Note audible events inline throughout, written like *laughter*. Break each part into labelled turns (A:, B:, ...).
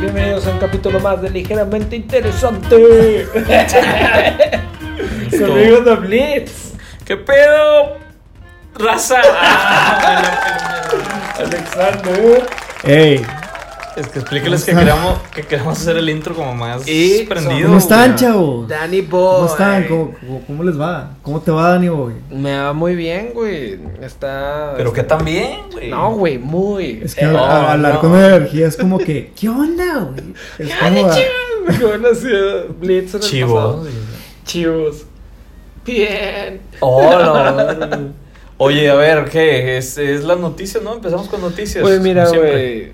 A: Bienvenidos a un capítulo más de Ligeramente Interesante. Conmigo The Blitz.
B: ¿Qué pedo?
C: *laughs*
B: Raza. Ah.
A: Alexander.
D: Ey,
B: es que explíqueles que queramos, que queramos hacer el intro como más
C: Y-
B: prendido.
D: ¿cómo están,
B: güey.
D: chavos?
C: Danny Boy.
D: ¿Cómo están? ¿Cómo, cómo, cómo les va? ¿Cómo te va, Dani Boy?
C: Me va muy bien, güey. Está.
B: Pero que también, güey.
C: No, güey, muy.
D: Es que
C: Eh,
D: a-
B: no,
D: a- hablar
B: no.
D: con energía es como que, ¿qué onda, güey? Es como, a-
C: ¿Qué van a hacer? Blitz en el
B: Chivo.
C: pasado. Chivos. Bien.
B: Hola. *laughs* Oye, a ver, ¿qué? Es, es las noticias, ¿no? Empezamos con noticias.
A: Pues
C: Güey, Pues mira,
B: como siempre.
C: güey.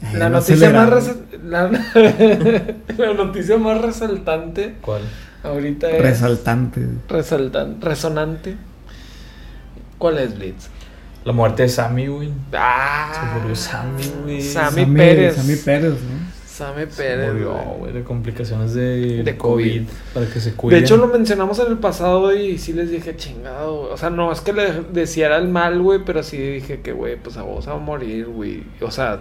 D: Ay,
C: La
D: Eh, no
C: noticia, más
D: acelerar.
C: rese- la, la *laughs* noticia más resaltante
B: ¿Cuál?
C: ahorita es.
D: resaltante. güey.
C: resaltan- Resonante. ¿Cuál es Blitz?
B: La muerte de Sammy, güey. Se
C: Ah.
B: murió Sammy, güey.
C: Sammy Pérez.
D: Sammy Pérez, ¿no?
C: Sammy
B: Se
C: Pérez.
B: murió,
C: güey.
B: güey, de complicaciones de,
C: De
B: COVID.
C: COVID.
B: Para que se
C: De
B: cuiden.
C: hecho, lo mencionamos en el pasado güey, y sí les dije, chingado, güey. O sea, no es que le deseara el mal, güey, pero sí dije que, güey, pues a vos a morir, güey. O sea,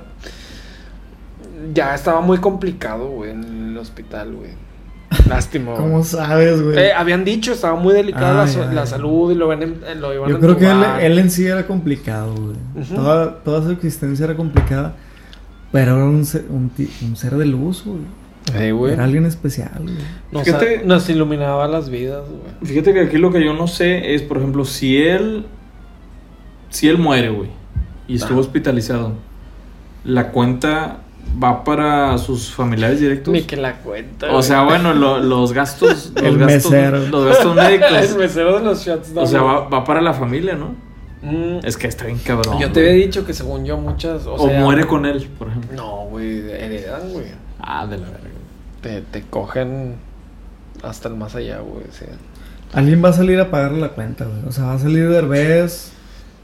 C: ya estaba muy complicado, güey, en el hospital,
D: *laughs*
C: güey. Lástima. güey.
D: ¿Cómo sabes, güey?
C: Oh. Eh, habían dicho, estaba muy delicada la,
D: Ay,
C: su-
D: ay,
C: la
D: ay.
C: salud y lo, ven en- lo iban a
D: Yo creo que él,
C: entubar.
D: él en sí era complicado, güey.
C: Ujú.
D: toda, toda su existencia era complicada. Pero era un ser, un ti- un ser de luz, güey.
C: Eh, güey.
D: Era alguien especial, güey.
C: Nos,
B: Fíjate-
C: nos iluminaba las vidas, güey.
B: Fíjate que aquí lo que yo no sé es, por ejemplo, si él. Si él muere, güey. Y estuvo
C: Ajá.
B: hospitalizado. ¿La cuenta va para sus familiares directos?
C: Ni que la cuenta.
B: O sea,
C: güey.
B: bueno, lo- los gastos. Los
D: El
B: gastos,
D: mesero.
B: Los
C: *laughs* *laughs*
B: gastos
C: el
B: médicos.
C: mesero de los shots, no,
B: o sea,
C: güey.
B: va, va para la familia, ¿no?
C: Mm,
B: Es que está bien cabrón.
C: yo te había
B: güey.
C: dicho que según yo muchas. O,
B: O
C: sea,
B: muere con él, por ejemplo.
C: No, güey, heredan, güey.
B: Ah, de la verga.
C: Te, te cogen hasta el más allá, güey. sí.
D: Alguien va a salir a pagarle la cuenta, güey. O sea, va a salir Derbez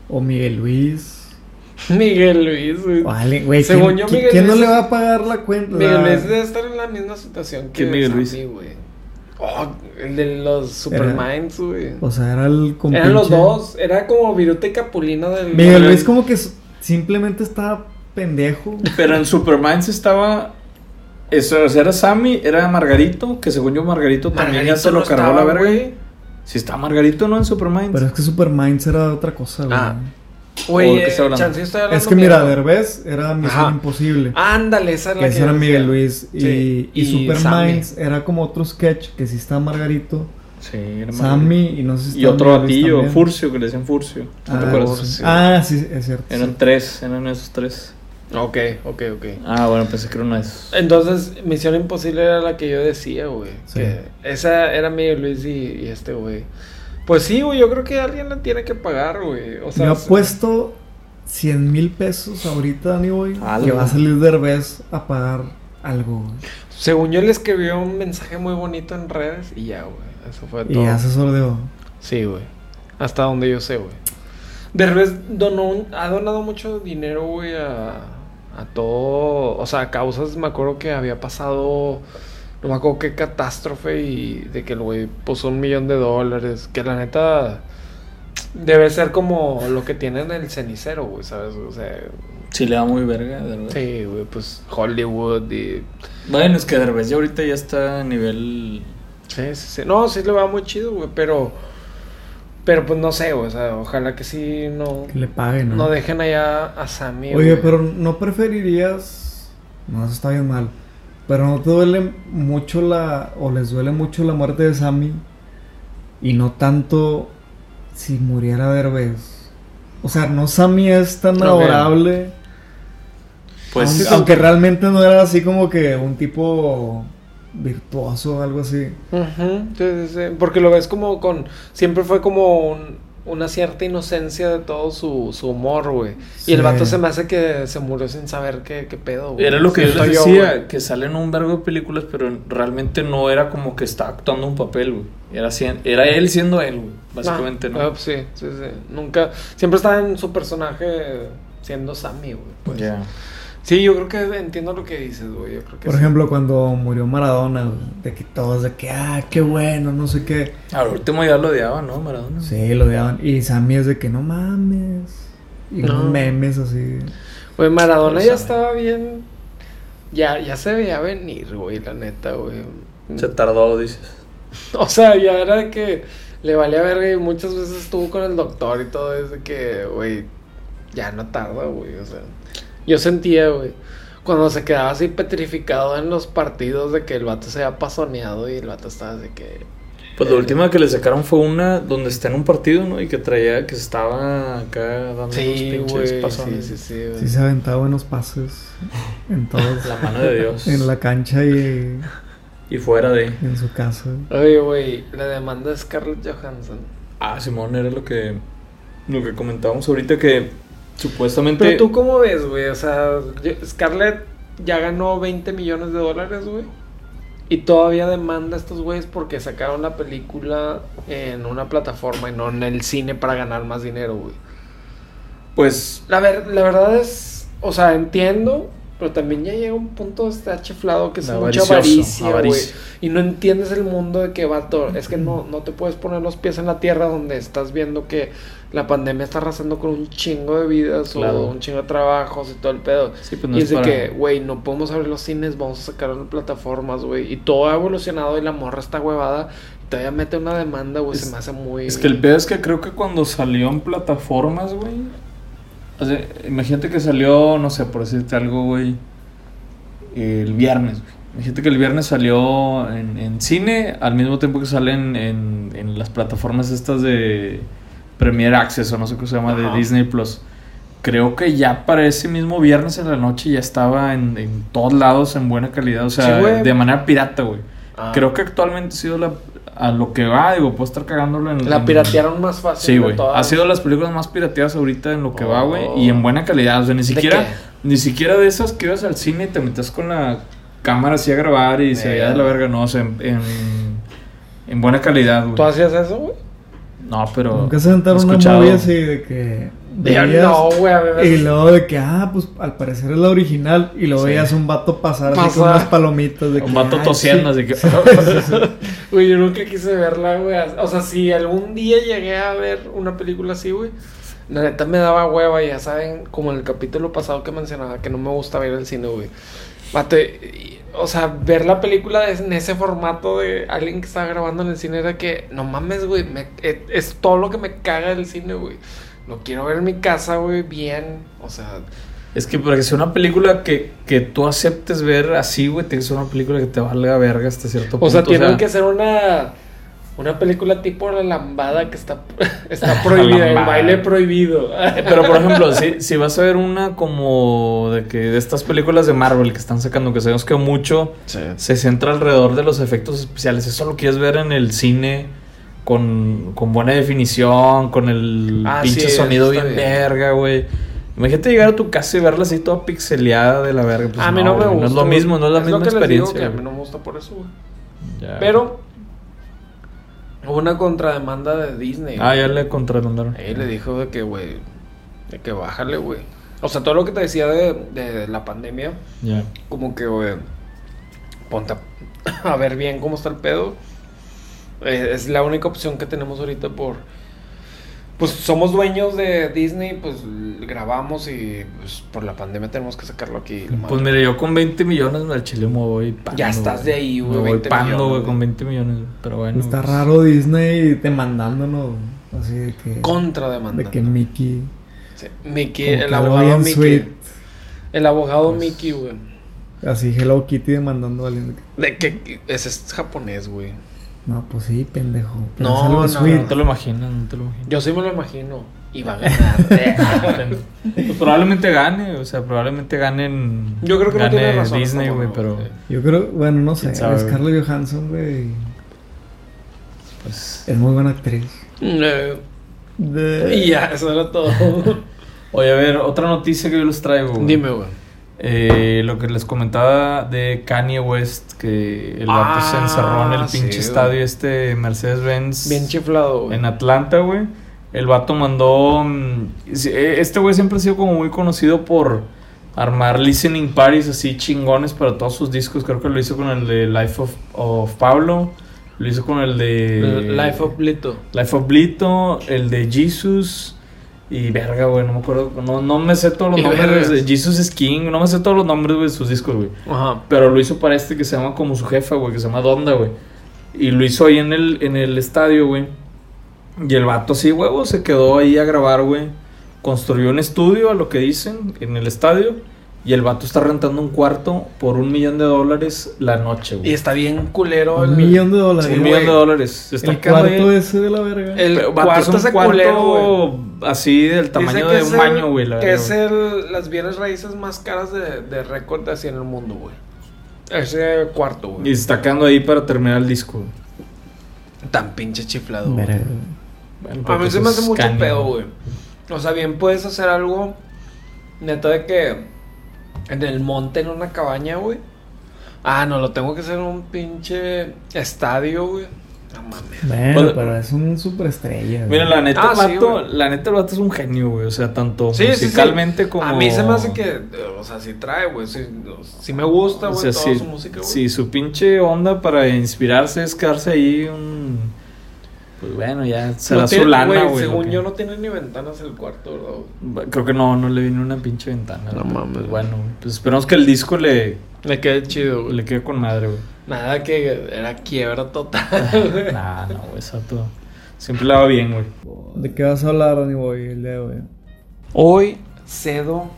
D: o Miguel Luis.
C: *laughs* Miguel Luis, güey.
D: O alguien, güey. ¿quién-
C: Según yo,
D: qui-
C: Miguel
D: ¿Quién no
C: Luis-
D: le va a pagar la cuenta?
C: Miguel
D: La-
C: Luis debe estar en la misma situación que
B: ¿Quién Miguel Luis?
C: Sammy, güey. Oh, el de los Superminds, güey.
D: O sea, era el compinche.
C: Eran los dos. Era como Viruta y Capulina del.
D: Miguel Luis como que s- simplemente estaba pendejo.
B: Pero en Superman se estaba. Eso, o sea, era Sammy, era Margarito, que según yo Margarito, también ya
C: Margarito
B: se lo
C: no
B: cargó
C: estaba,
B: la verga.
C: güey.
B: Si está Margarito, ¿no? En Superman.
D: Pero es que Superminds era otra cosa, güey.
C: Ah,
B: ¿O
C: Güey,
B: de qué
C: eh,
B: está hablando?
C: chance yo estoy hablando
D: es que mira,
C: mierda.
D: Derbez era Misión
C: Ajá.
D: Imposible.
C: Ándale, esa era la
D: ese
C: que
D: era
C: yo
D: Miguel
C: decía.
D: Luis. Y,
C: Sí,
D: y, Superminds
C: Sammy.
D: era como otro sketch que sí estaba Margarito,
B: Sí, era Margarito.
D: Sammy y no sé si
B: Y
D: estaba
B: otro
D: Miguel Luis
B: batillo,
D: también.
B: Furcio, que le decían Furcio. ¿No te
D: Ah,
B: acuerdas?
D: sí. Ah, sí, es cierto.
B: Eran
D: sí.
B: tres, eran esos tres.
C: Ok, ok, ok.
B: Ah, bueno, pensé que era uno de esos.
C: Entonces, Misión Imposible era la que yo decía, güey.
D: Sí.
C: que Esa era Miguel Luis y, y este, güey. Pues sí, güey, yo creo que alguien la tiene que pagar, güey. O sea,
D: Me ha
C: es-
D: puesto 100 mil pesos ahorita, Dani Boy.
B: Algo.
D: Que va a salir Derbez a pagar algo. güey.
C: según yo le escribió un mensaje muy bonito en redes y ya, güey. Eso fue todo.
D: Y ya se sordeó.
C: Sí, güey. Hasta donde yo sé, güey. Derbez donó un- ha donado mucho dinero, güey, a, a todo. O sea, a causas, me acuerdo que había pasado. No me acuerdo qué catástrofe y de que el güey puso un millón de dólares. Que la neta. Debe ser como lo que tienen el cenicero, güey, ¿sabes? O sea.
B: Sí, le da muy verga, Derbez.
C: Sí, güey, pues Hollywood y.
B: Bueno, es que Derbez ya ahorita ya está a nivel.
C: Sí, sí, sí. No, sí le va muy chido, güey, pero. Pero pues no sé, güey, o sea, ojalá que sí no.
D: Que le paguen, ¿no?
C: No dejen allá a Sammy.
D: Oye,
C: güey.
D: pero ¿no preferirías.? No, eso está bien mal. Pero ¿no te duele mucho la. o les duele mucho la muerte de Sammy? Y no tanto si muriera Derbez. O sea, no Sammy es tan
C: Ok.
D: adorable.
B: Pues.
D: aunque, aunque realmente no era así como que un tipo virtuoso o algo así.
C: Ujú, sí, sí, sí. Porque lo ves como con. Siempre fue como un- una cierta inocencia de todo su, su humor, güey. Y el
D: Sí.
C: vato se me hace que se murió sin saber qué, qué pedo, güey.
B: Era lo que yo
C: Siento
B: les decía,
C: güey.
B: que salen un vergo de películas, pero realmente no era como que estaba actuando un papel, güey. Era, sien- era él siendo él, güey. Básicamente,
C: Ah,
B: ¿no?
C: ah, pues sí, sí, sí. Nunca. Siempre estaba en su personaje siendo Sammy, güey. pues.
B: Ya.
C: Sí, yo creo que entiendo lo que dices, güey. Yo creo que
D: Por
C: sí.
D: ejemplo, cuando murió Maradona, güey, de que todos de que, ah, qué bueno, no sé qué.
B: Al último ya lo odiaba, ¿no, Maradona?
D: Sí, lo odiaban. Y Sammy es de que no mames. Y
C: No.
D: unos memes así.
C: Güey, Maradona
B: Por
C: ya
B: Sammy.
C: estaba bien. Ya, ya se veía venir, güey, la neta, güey.
B: Se tardó, dices.
C: *laughs* O sea, ya era de que le valía verga y muchas veces estuvo con el doctor y todo, es de que, güey, ya no tarda, güey. O sea, yo sentía, güey, cuando se quedaba así petrificado en los partidos de que el vato se había pasoneado y el vato estaba así que.
B: Pues la última que le sacaron fue una donde está en un partido, ¿no? Y que traía, que estaba acá dando
C: Sí,
B: unos
C: güey.
B: pinches
C: Sí,
B: pasones.
C: sí, sí, güey.
D: Sí se aventaba buenos pases en
C: *laughs*
D: todos,
B: La mano de Dios.
D: *laughs* en la cancha y
B: Y fuera de.
D: en su casa.
C: Oye, güey, la demanda de Scarlett Johansson.
B: Ah, Simón, era lo que. Lo que comentábamos ahorita que supuestamente.
C: Pero tú, ¿cómo ves, güey? O sea, yo- Scarlett ya ganó 20 millones de dólares, güey. Y todavía demanda a estos güeyes porque sacaron la película en una plataforma y no en el cine para ganar más dinero, güey.
B: Pues.
C: La, ver- la verdad es, o sea, entiendo, pero también ya llega un punto de estar chiflado que es
B: De
C: mucha
B: avaricioso,
C: avaricia, güey.
B: avaricio.
C: Y no entiendes el mundo de que vato. Es que no, no te puedes poner los pies en la tierra donde estás viendo que la pandemia está arrasando con un chingo de vidas
B: Claro.
C: o un chingo de trabajos y todo el pedo.
B: Sí, pues no
C: y
B: es
C: es de
B: para-
C: que, güey, no podemos abrir los cines, vamos a sacar las plataformas, güey. Y todo ha evolucionado y la morra está huevada. Y todavía mete una demanda, güey, se
B: Es-
C: me hace muy...
B: Es que el pedo es que creo que cuando salió en plataformas, güey. O sea, imagínate que salió, no sé, por decirte algo, güey. El viernes, güey. Imagínate que el viernes salió en, en cine al mismo tiempo que salen en, en las plataformas estas de Premier Access o no sé qué se llama,
C: Ajá.
B: de Disney Plus. Creo que ya para ese mismo viernes en la noche ya estaba en, en todos lados en buena calidad, o sea,
C: Sí, güey.
B: de manera pirata, güey.
C: Ah.
B: Creo que actualmente ha sido la. A lo que va, digo, puedo estar cagándolo en.
C: La
B: en-
C: piratearon más fácil.
B: Sí,
C: de
B: güey.
C: todas.
B: Ha sido las películas más pirateadas ahorita en lo que va, güey.
C: Oh.
B: Y en buena calidad. O sea, ni siquiera.
C: qué?
B: Ni siquiera de esas que ibas al cine y te metías con la cámara así a grabar y se veía de la verga. No, o sea, en. en, en buena calidad,
C: ¿Tú
B: güey.
C: hacías eso, güey?
B: No, pero.
D: Nunca se aventaron
B: he
D: una
B: escuchado-
D: movie así de que.
C: Ya
D: veías
C: no, güey, a ver,
D: Y luego de que, ah, pues al parecer es la original. Y luego veías un vato pasar así con
C: Pasar.
D: unas palomitas. De que,
B: Un vato
D: ay,
B: tosiendo,
D: *laughs* sí.
B: así que.
C: Güey, yo nunca quise verla, güey. O sea, si algún día llegué a ver una película así, güey, la neta me daba hueva. Ya saben, como en el capítulo pasado que mencionaba, que no me gustaba ir al cine, güey. Vato, y- y- o sea, ver la película de- en ese formato de alguien que estaba grabando en el cine era que, no mames, güey, me- e- es todo lo que me caga del cine, güey. Lo quiero ver en mi casa, güey, bien. O sea,
B: *laughs* Es que para que sea una película que, que tú aceptes ver así, güey, tiene que ser una película que te valga verga hasta cierto punto.
C: O sea, tienen que ser una una película tipo la lambada que está *laughs* está prohibida, el
B: Lambada.
C: baile prohibido. *laughs*
B: Eh, Pero por ejemplo, si, si vas a ver una como de que de estas películas de Marvel que están sacando, que sabemos que mucho se centra alrededor de los efectos especiales. Eso lo quieres ver en el cine con, con buena definición, con el
C: Ah, sí,
B: pinche
C: eso
B: sonido
C: está
B: bien,
C: bien.
B: verga, güey. Imagínate llegar a tu casa y verla así toda pixeleada de la verga. Pues
C: a mí no, me
B: güey,
C: gusta.
B: No es lo mismo, no es la
C: lo
B: misma
C: que les digo
B: experiencia.
C: que a mí
B: güey.
C: no me gusta por eso, güey.
B: Ya.
C: Pero hubo una contrademanda de Disney.
B: Ah, ya le contramandaron.
C: Ahí le dijo de que, güey, de que bájale, güey. O sea, todo lo que te decía de, de la pandemia,
B: Ya.
C: como que, güey, ponte a, *coughs* a ver bien cómo está el pedo. Eh, es la única opción que tenemos ahorita por... Pues somos dueños de Disney, pues l- grabamos y pues, por la pandemia tenemos que sacarlo aquí. la
B: Pues
C: madre.
B: mira, yo con 20 millones al chile me voy pando.
C: Ya estás de ahí, güey,
B: Me voy
C: 20
B: pando, güey,
C: millones.
B: con 20 millones. Pero bueno.
D: Está
B: pues,
D: raro Disney demandándonos. Así de que.
C: Contra demanda.
D: de que Mickey.
C: Sí, Mickey,
D: como
C: el
D: que algo
C: abogado
D: bien Pues
C: Mickey. El abogado Mickey, güey.
D: Así Hello Kitty demandando a alguien. de que,
C: De que ese es japonés, güey.
D: No, pues sí, pendejo. pero
C: No,
D: es algo
C: no,
B: No te lo imaginas, no te lo
C: *laughs*
B: imaginas.
C: Yo sí me lo imagino. Y va a
B: *laughs*
C: ganar. *laughs*
B: Pues probablemente gane, o sea, probablemente ganen.
C: Yo creo que no
B: gane
C: tiene razón,
B: Disney,
C: ¿cómo
B: güey,
C: no?
B: pero.
C: Sí.
D: Yo creo, bueno, no sé.
B: ¿Quién sabe?
D: Scarlett Johansson, güey.
B: Pues.
D: Es muy buena actriz.
C: Eh,
D: De-
C: y ya, eso era todo.
B: Oye, a ver, otra noticia que yo les traigo. güey.
C: Dime, güey.
B: Eh, lo que les comentaba de Kanye West, que el vato se
C: Ah,
B: encerró en el
C: sí,
B: pinche
C: güey.
B: estadio este Mercedes-Benz.
C: Bien chiflado, güey.
B: En Atlanta, güey. El vato mandó. mm, sí, eh, Este güey siempre ha sido como muy conocido por armar listening parties así chingones para todos sus discos. Creo que lo hizo con el de Life of, of Pablo. Lo hizo con el de.
C: Life of Lito.
B: Life of Blito. El de Jesus. Y verga, güey, no me acuerdo. No, no me sé todos los
C: Y
B: nombres
C: vergas.
B: de Jesus is King. No me sé todos los nombres, güey, de sus discos, güey.
C: Ajá.
B: Pero lo hizo para este que se llama como su jefa, güey, que se llama Donda, güey. Y lo hizo ahí en el, en el estadio, güey. Y el vato así, huevo, se quedó ahí a grabar, güey. Construyó un estudio, a lo que dicen, en el estadio. Y el vato está rentando un cuarto por un millón de dólares la noche,
C: Y
B: güey.
C: está bien culero.
D: Un
C: el-
D: millón de dólares.
B: Un
C: güey.
B: millón de dólares. Está
D: El
B: quedando ahí.
D: cuarto ese de la verga.
C: El
B: Pero, vato,
C: cuarto
B: es
C: ese
B: un cuarto
C: culero, güey.
B: así del tamaño
C: Dicen que
B: de
C: es
B: un
C: el-
B: baño, güey. la
C: que
B: verga,
C: es
B: güey.
C: el, las bienes raíces más caras de, de récord así en el mundo, güey. Ese cuarto,
B: Y
C: güey.
B: se está quedando ahí para terminar el disco. güey.
C: Tan pinche chiflado, güey.
D: Verga.
B: Bueno,
C: A mí
B: porque
C: se me
B: eso
C: hace
B: es
C: mucho
B: canon,
C: pedo, güey. O sea, bien puedes hacer algo neta de que en el monte, en una cabaña, güey. Ah, no, lo tengo que hacer en un pinche estadio, güey. No mames.
D: Bueno,
B: Bueno,
D: pero es un superestrella. güey.
B: Mira, la neta,
C: Ah,
B: el
C: sí,
B: vato,
C: güey.
B: la neta, el vato es un genio, güey. O sea, tanto
C: Sí, sí, sí.
B: musicalmente como.
C: A mí se me hace que, eh, o sea, sí trae, güey. Sí, sí me gusta,
B: O
C: güey,
B: sea,
C: toda
B: si,
C: su música, güey.
B: si su pinche onda para inspirarse es quedarse ahí un. Pues bueno, ya será
C: No
B: su
C: tiene-
B: lana,
C: güey,
B: güey.
C: Según
B: lo que-
C: yo, no tiene ni ventanas el cuarto, ¿verdad? güey?
B: Creo que no, no le vino una pinche ventana.
C: No
B: güey.
C: mames,
B: Pues
C: güey.
B: bueno, güey, pues esperamos que el disco le,
C: Le queda chido,
B: le quede con madre, güey.
C: *laughs* Nada que era quiebra *laughs* total, güey.
B: Nah, no, güey, eso todo. Siempre le va bien, güey.
D: ¿De qué vas a hablar, Danny Boy, el día
B: *laughs*
D: de hoy?
C: Hoy cedo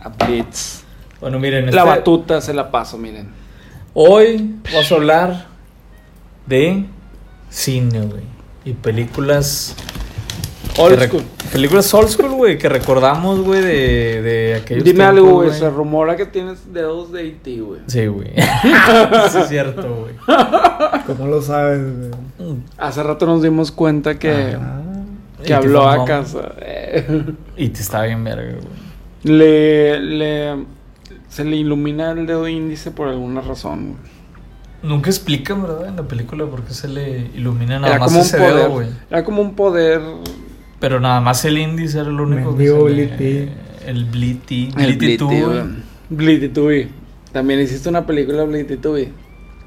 C: a Blitz.
B: Bueno, miren,
C: La
B: este-
C: batuta se la paso, miren.
B: Hoy vamos a hablar de cine, güey. Y películas.
C: Old
B: que rec-
C: school.
B: Películas old school, güey, que recordamos, güey, de, de aquellos.
C: Dime
B: tiempos,
C: algo, güey. Se rumora que tienes dedos de IT, güey.
B: Sí, güey.
C: *laughs*
B: sí, es cierto, güey.
D: ¿Cómo lo sabes, güey?
C: Hace rato nos dimos cuenta
B: Eh.
C: que,
D: Ah,
B: Y
C: que habló
B: fue
C: a
B: mamón.
C: casa. Eh,
B: Y te está bien, verga, güey.
C: Le, le. Se le ilumina el dedo índice por alguna razón, güey.
B: Nunca explican, ¿verdad? En la película por qué se le ilumina nada
C: Era
B: más
C: como un
B: ese dedo,
C: poder.
B: güey.
C: Era como un poder.
B: Pero nada más el índice era el único
D: Mendigo
B: que se
D: Blitty.
B: le... El Blitty.
C: El
B: Blitty tú, güey.
C: Blititubi. También hiciste una película Blititubi.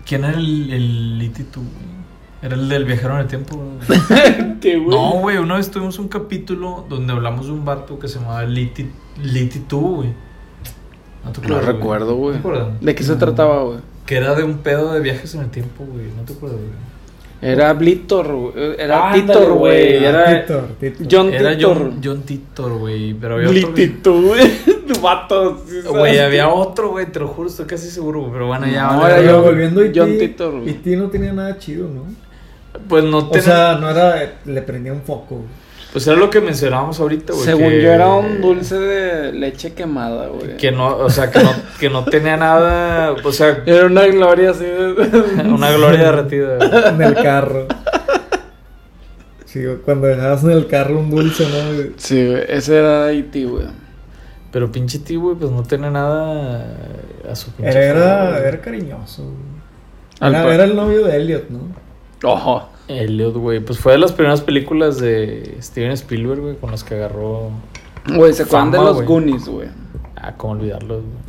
B: ¿Quién era el, el Blitty tú, güey? Era el del viajero en el tiempo, güey.
C: *laughs* Qué güey.
B: No, güey, una vez tuvimos un capítulo donde hablamos de un vato que se llamaba Liti, Liti Tú, güey. No, te
C: No
B: acuerdas, güey?
C: recuerdo,
B: ¿Te
C: güey.
B: acuerdas?
C: ¿De qué se trataba, güey?
B: Que era de un pedo de viajes en el tiempo, güey. No te acuerdas, güey.
C: Era Blitor, güey. Era
B: Ah, Ándale,
C: Titor, güey.
B: güey.
D: Ah,
C: Era
D: Titor, Titor.
C: John
B: Era
C: Titor.
B: John, John Titor, güey. Pero había otro. que-
C: Blitito, güey. *laughs* Vato. sí, ¿sabes?
B: Güey, había otro, güey. Te lo juro, estoy casi seguro, güey. Pero bueno, ya.
C: No, era
B: vale, verga,
D: Pero
C: yo,
B: güey.
D: volviendo a
C: John
D: IT,
C: Titor, güey.
D: IT no tenía nada chido, ¿no?
B: Pues no
D: O
B: ten-
D: sea, no era. eh, Le prendía un foco. güey.
B: Pues era lo que mencionábamos ahorita, güey.
C: Según
B: que-
C: yo era un dulce de leche quemada, güey.
B: Que no, o sea, que no, que no tenía nada. O sea, *laughs*
C: Era una gloria así de...
B: una gloria derretida, güey.
D: En
C: *laughs*
D: el carro. Sí, güey, cuando dejabas en el carro un dulce, ¿no? güey?
C: Sí, güey. Ese era Haití, güey.
B: Pero pinche tío, güey, pues no tiene nada a su pinche.
D: Era, era,
B: favor,
D: era cariñoso. güey.
C: Al
D: Ah, Era,
C: pa-
D: era el novio de Elliot, ¿no?
C: Ojo.
B: güey. Elliot, güey. Pues fue de las primeras películas de Steven Spielberg, güey, con las que agarró.
C: Güey, ¿se acuerdan de
B: Fama,
C: los
B: güey.
C: Goonies, güey?
B: Ah, cómo olvidarlos, güey.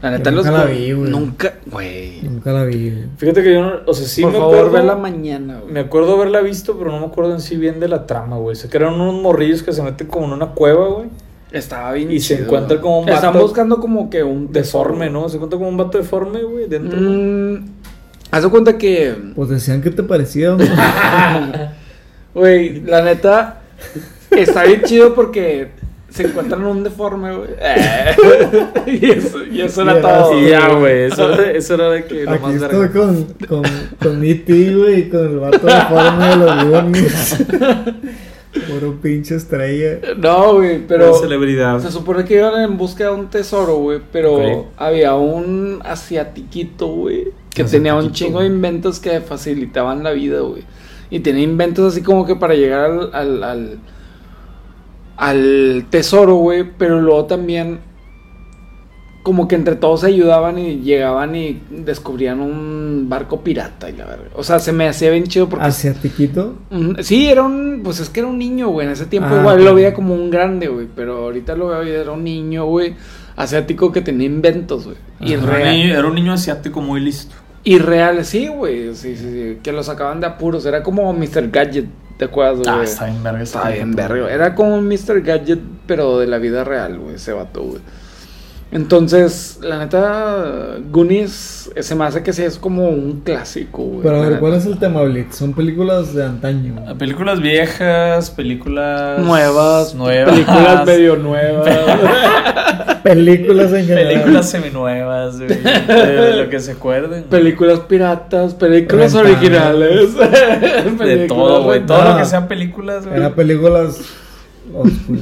C: La
D: Yo
C: neta, los
D: nunca la
C: Goonies-
D: vi, güey.
C: Nunca, güey.
D: Nunca la vi. güey.
B: Fíjate que yo no. O sea, sí
C: Por
B: me
C: favor,
B: acuerdo.
C: ve la mañana, güey.
B: Me acuerdo haberla visto, pero no me acuerdo en sí bien de la trama, güey. Se crearon unos morrillos que se meten como en una cueva, güey.
C: Estaba bien
B: Y se
C: chido,
B: encuentra
C: güey.
B: como un
C: Están
B: vato-
C: buscando como que un
B: Deforme, ¿no? Se encuentra como un vato deforme, güey, dentro. güey.
C: Mm, haz de cuenta que...
D: Pues decían que te parecía. ¿no?
C: *laughs* Güey, la neta... Está bien chido porque... Se encuentran un deforme, güey. *laughs* y eso, y eso
D: Y
C: era
D: era
C: todo.
D: así,
B: Y ya,
C: *laughs*
B: güey. Eso, era- eso era de que lo
D: Aquí
B: más
D: estoy
B: verga.
D: con, con, con E.T., güey, y con el vato de forma de los
C: *laughs*
D: Goonies. Puro pinche estrella.
C: No, güey,
B: Pero.
C: pero...
B: celebridad.
C: Se supone que iban en busca de un tesoro, güey, pero
B: Ok.
C: había un asiatiquito, güey, que
B: Asiatiquito,
C: tenía un chingo de
B: güey.
C: inventos que facilitaban la vida, güey. Y tenía inventos así como que para llegar al, al, al, al tesoro, güey, pero luego también como que entre todos se ayudaban y llegaban y descubrían un barco pirata y la verga. O sea, se me hacía bien chido porque...
D: Asiatiquito.
C: Ujú, Sí, era un. Pues es que era un niño, güey. En ese tiempo
D: Ah,
C: igual lo
D: ok.
C: veía como un grande, güey. Pero ahorita lo veo y era un niño, güey. Asiático que tenía inventos, güey. Y
B: Era un
C: real.
B: niño- era un niño asiático muy listo.
C: Irreal, sí, güey. Sí, sí, sí. Que lo sacaban de apuros. Era como Mr. Gadget. ¿Te acuerdas, güey?
B: Ah, está bien verga. ese
C: Está bien,
B: vato,
C: verga.
B: güey.
C: Era como un Mr. Gadget, pero de la vida real, güey, ese vato, güey. Entonces, la neta, Goonies eh, se me hace que sí es como un clásico, güey.
D: Pero a
C: la
D: ver, ¿cuál
C: neta.
D: es el tema, Blitz? Son películas de antaño.
C: *laughs*
B: Ah, Películas viejas, películas...
C: Nuevas,
B: Nuevas.
C: películas medio nuevas.
D: Películas en
B: *laughs*
D: general.
B: Películas seminuevas, güey.
C: *laughs*
B: De lo que se acuerden. güey.
C: películas piratas, películas
D: Rentadas.
C: originales. *laughs*
B: De
C: Películas
B: todo, güey. Todo
D: nada.
B: lo que sean películas, güey.
D: Era películas. oscuras.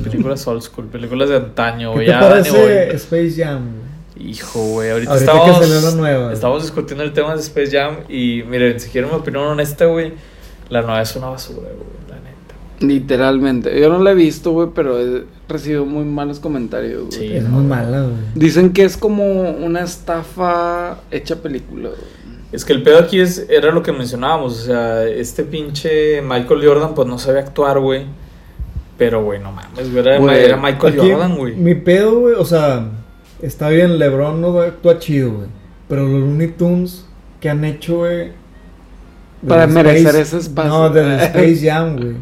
B: Películas old school, películas de antaño,
D: ¿Qué
B: güey.
D: te
B: Ya,
D: parece
B: Dani,
D: Space Jam? güey?
B: güey. Hijo, güey. Ahorita,
D: Ahorita que
B: estábamos,
D: salió la nueva.
B: estábamos discutiendo el tema de Space Jam. Y miren, si quieren mi opinión honesta, güey, la nueva es una basura, güey. La neta.
C: Literalmente. Yo no la he visto, güey, pero he recibido muy malos comentarios, güey.
B: Sí.
D: Es muy mala, güey.
C: Dicen que es como una estafa hecha película, güey.
B: Es que el pedo aquí es, era lo que mencionábamos, o sea, este pinche Michael Jordan pues no sabe actuar, güey. Pero, güey, no mames, güey, era,
C: Güey,
B: era Michael
D: Aquí,
B: Jordan, güey.
D: Mi pedo, güey. O sea, está bien, LeBron no actúa chido, güey. Pero los Looney Tunes que han hecho, güey. desde
C: Para merecer ese espacio.
D: No, desde Space Jam, güey.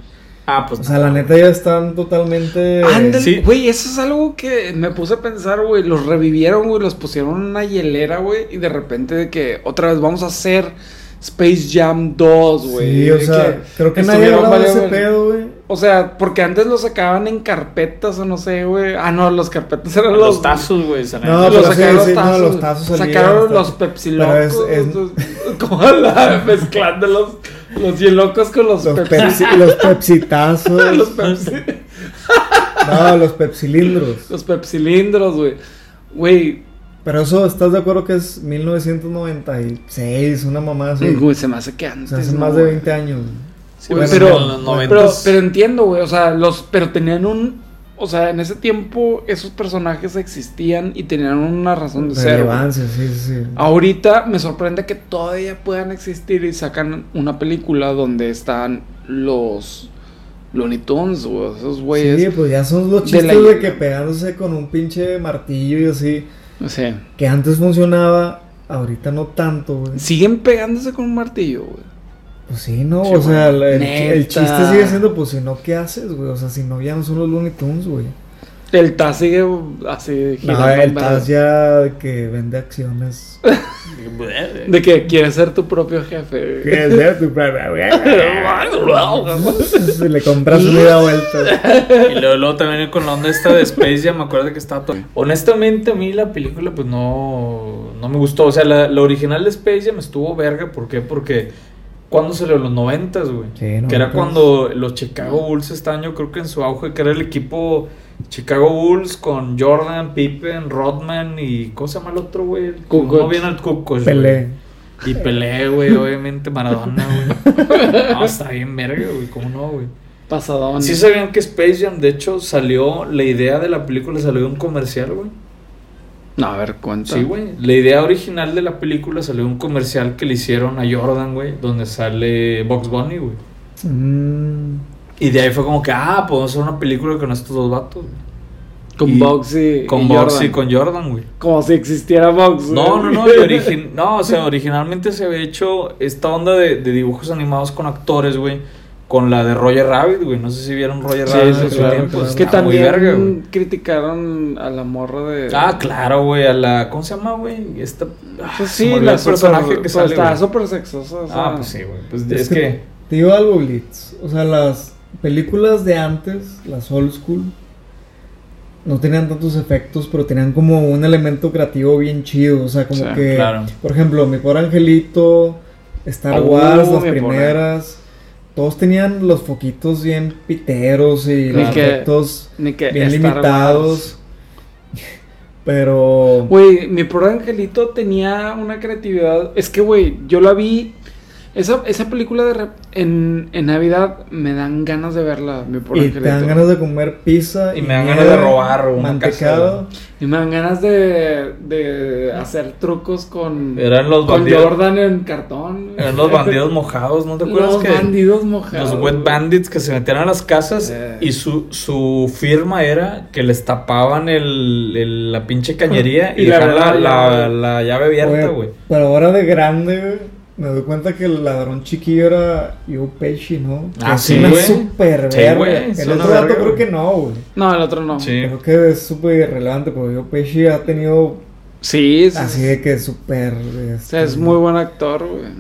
B: Ah, pues
D: O sea, la neta ya están totalmente.
C: Ándale,
B: Sí.
C: güey, eso es algo que me puse a pensar, güey. Los revivieron, güey, los pusieron en una hielera, güey. Y de repente de que otra vez vamos a hacer Space Jam 2, güey.
D: Sí, o
C: de
D: sea, creo que nadie
C: estuvieron
D: hablaba de
C: varios-
D: ese pedo, güey.
C: O sea, porque antes los sacaban en carpetas o no sé, güey. Ah, no, los carpetas eran
B: los,
C: los...
B: tazos, güey. se la
D: No,
B: neta.
C: los
D: pero sí,
C: sacaron
D: sí,
C: los
D: no,
C: tazos.
D: los tazos salían,
C: sacaron
D: está-
C: los Pepsi
D: pero es-
C: locos.
D: es-
C: los- *laughs* como la- mezclando los, los hielocos con los,
D: Los,
C: Pepsi.
D: pepsi, los pepsitazos.
C: *laughs* los
D: *laughs*
C: Pepsi.
D: No, los pepsilindros.
C: Los pepsilindros, güey. Güey,
D: Pero eso, ¿estás de acuerdo que es 1996? Una mamá así.
C: güey, se me hace que
D: O
C: antes.
D: sea, hace
C: ¿no,
D: más de
C: güey?
D: 20 años.
B: Sí,
C: Güey,
B: pues,
C: pero,
B: en los
C: pero,
B: noventas.
C: pero entiendo, güey. O sea, los, pero tenían un. O sea, en ese tiempo esos personajes existían y tenían una razón de ser. güey.
D: Relevancia, sí, sí, sí.
C: Ah, Ahorita me sorprende que todavía puedan existir y sacan una película donde están los Looney Tunes, güey, esos güeyes.
D: Sí, pues ya son los
C: de
D: chistes
C: la-
D: de, que pegándose con un pinche martillo y así.
C: O sea,
D: Que antes funcionaba, ahorita no tanto, güey.
C: siguen pegándose con un martillo, güey.
D: Pues sí, no,
C: Sí,
D: o sea, el,
C: güey.
D: el- el
C: Neta.
D: chiste sigue siendo, pues si no, ¿qué haces, güey? O sea, si no, ya no son los Looney Tunes, güey.
C: El Taz sigue así girando.
D: No, el
C: en
D: Taz
C: verde.
D: ya de que vende acciones.
C: De que quieres ser tu propio jefe. güey.
D: ¿Qué es de tu propia, güey? Si *laughs* le compras media vuelta. *laughs*
B: Y luego, luego también con la onda esta de Space Jam, me acuerdo que estaba todo. Honestamente, a mí la película, pues no, no me gustó. O sea, la, la original de Space Jam estuvo verga. ¿Por qué? Porque cuando salió los noventas, güey.
D: Sí,
B: que era
D: noventas.
B: cuando los Chicago Bulls estaban, yo creo que en su auge, que era el equipo Chicago Bulls con Jordan, Pippen, Rodman y. ¿Cómo se llama el otro, güey? El-
C: Ku Klux.
B: No viene el Ku Klux, güey.
D: Pelé.
B: Y Pelé, güey, obviamente Maradona,
D: *laughs*
B: güey. No, está bien verga, güey. ¿Cómo no, güey?
C: *laughs* Pasadón.
B: Sí sabían que Space Jam, de hecho, salió, la idea de la película salió de un comercial, güey.
C: No, a ver, cuenta.
B: Sí, güey. La idea original de la película salió de un comercial que le hicieron a Jordan, güey, donde sale Box Bunny, güey.
D: Mm,
B: Y de ahí fue como que, ah, podemos hacer una película con estos dos vatos. güey.
C: Con
B: Y-
C: Boxy. y
B: Con Box y
C: Jordan.
B: con Jordan, güey.
C: Como si existiera Box.
B: No, no,
C: güey. *laughs*
B: no, y origi- no, o sea, originalmente se había hecho esta onda de, de dibujos animados con actores, güey, con la de Roger Rabbit, güey, no sé si vieron Roger
C: Sí,
B: Rabbit
C: sí,
B: en su
C: claro,
B: tiempo,
D: claro.
C: Es que
B: está muy
C: también
B: verga, güey.
C: criticaron a la morra de.
B: Ah, claro, güey, a la... ¿Cómo se llama, güey? Esta... ah,
C: Pues
B: se me
C: sí,
B: olvidó
C: la
B: el personaje que sale,
C: Está
B: güey.
C: súper sexosa. o sea.
B: Ah, pues sí, güey. Pues es que...
D: Te digo algo, Blitz. O sea, las películas de antes, las old school, no tenían tantos efectos, pero tenían como un elemento creativo bien chido. O sea, como
C: Sí,
D: que.
B: claro.
D: Por ejemplo, Mi Pobre Angelito, Star
C: Oh,
D: Wars, las
C: Mi Pobre-
D: primeras. Todos tenían los foquitos bien piteros y
C: Claro.
D: los
C: Que-
D: efectos
C: Ni que
D: bien
C: Star Wars.
D: limitados. *laughs* Pero.
C: Güey, mi pobre angelito tenía una creatividad. Es que, güey, yo la vi. Esa, esa película de rep- en, en Navidad me dan ganas de verla, mi pobre
D: Y te
C: angelito.
D: dan ganas de comer pizza.
B: Y me dan ganas de
D: nieve,
B: robar una
D: Mantecado.
C: Y me dan ganas de, de hacer trucos con,
B: Eran los
C: con
B: bandidos.
C: Jordan en cartón. güey.
B: *laughs* Eran
C: *laughs*
B: los bandidos mojados, ¿no te acuerdas
C: Los
B: que...?
C: bandidos mojados.
B: Los wet
C: güey.
B: bandits que se metían a las casas
C: Eh.
B: y su, su firma era que les tapaban el, el- *laughs* la pinche cañería y,
C: Y la llave,
B: dejaban la, la- la llave abierta,
D: Oye,
B: güey.
D: Pero ahora de grande, güey. me doy cuenta que el ladrón chiquillo era Joe Pesci, ¿no?
B: Ah,
D: Es
B: sí,
D: una
B: güey.
D: super
B: Sí,
D: verga.
B: güey, es
D: El
B: una
D: otro dato
B: verga,
D: creo
B: güey.
D: que no, güey.
C: No, el otro no.
B: Sí.
D: Creo que es súper irrelevante, pero Joe Pesci ha tenido
C: Sí, sí,
D: así
C: sí.
D: de que súper...
C: O
D: este,
C: sea, es muy buen actor, güey.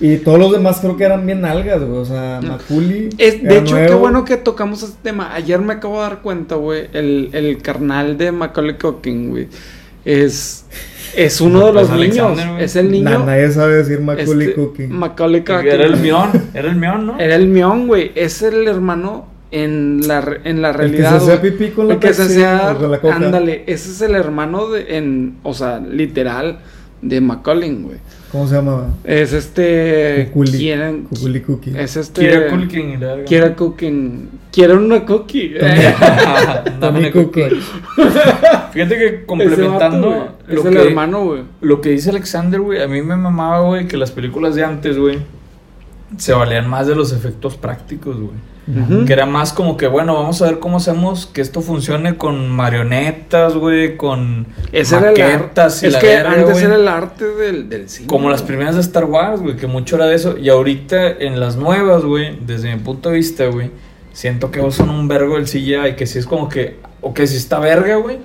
D: Y todos los demás creo que eran bien algas, güey. O sea, Maculi.
C: Es, de hecho, qué bueno que tocamos este tema. Ayer me acabo de dar cuenta, güey. El, el carnal de Macaulay Culkin, güey. Es, es uno de los
B: Pues
C: niños.
B: Alexander, güey.
C: Es el niño.
D: nadie sabe decir Maculi
C: este,
D: Cookie.
C: Macaulay Culkin.
B: Era el mión, *laughs* era el mión, ¿no?
C: Era el mión, güey. Es el hermano en la, re- en la realidad.
D: se hacía
C: güey.
D: pipí con la
C: El que se
D: Pepsi
C: hacía-
D: o con la Coca.
C: Ándale, ese es el hermano de, en, o sea, literal, de Macaulay, güey.
D: ¿Cómo se llamaba?
C: Es este.
D: Cuculi.
C: ¿quién-
D: Cuculi Cookie.
C: Es este.
B: Kira Culkin. y la-
C: Quiera
B: *laughs*
C: cooking. Quiero una cookie.
B: Ah,
D: Tommy
B: dame
D: Cookie.
B: Cookie. Fíjate que *laughs* complementando
C: Ese vato, güey,
B: lo
C: es el
B: que-
C: hermano, güey.
B: Lo que dice Alexander, güey, a mí me mamaba, güey, que las películas de antes, güey, se valían más de los efectos prácticos, güey.
C: Ujú.
B: Que era más como que, bueno, vamos a ver cómo hacemos que esto funcione con marionetas, güey, con
C: Ese era el arte.
B: maquetas y
C: Es
B: la
C: que
B: verga,
C: antes
B: güey.
C: era el arte del, del cine.
B: Como las
C: güey.
B: primeras de Star Wars, güey, que mucho era de eso. Y ahorita en las nuevas, güey, desde mi punto de vista, güey, siento que son un vergo del CGI. Que sí es como que, o que sí está verga, güey.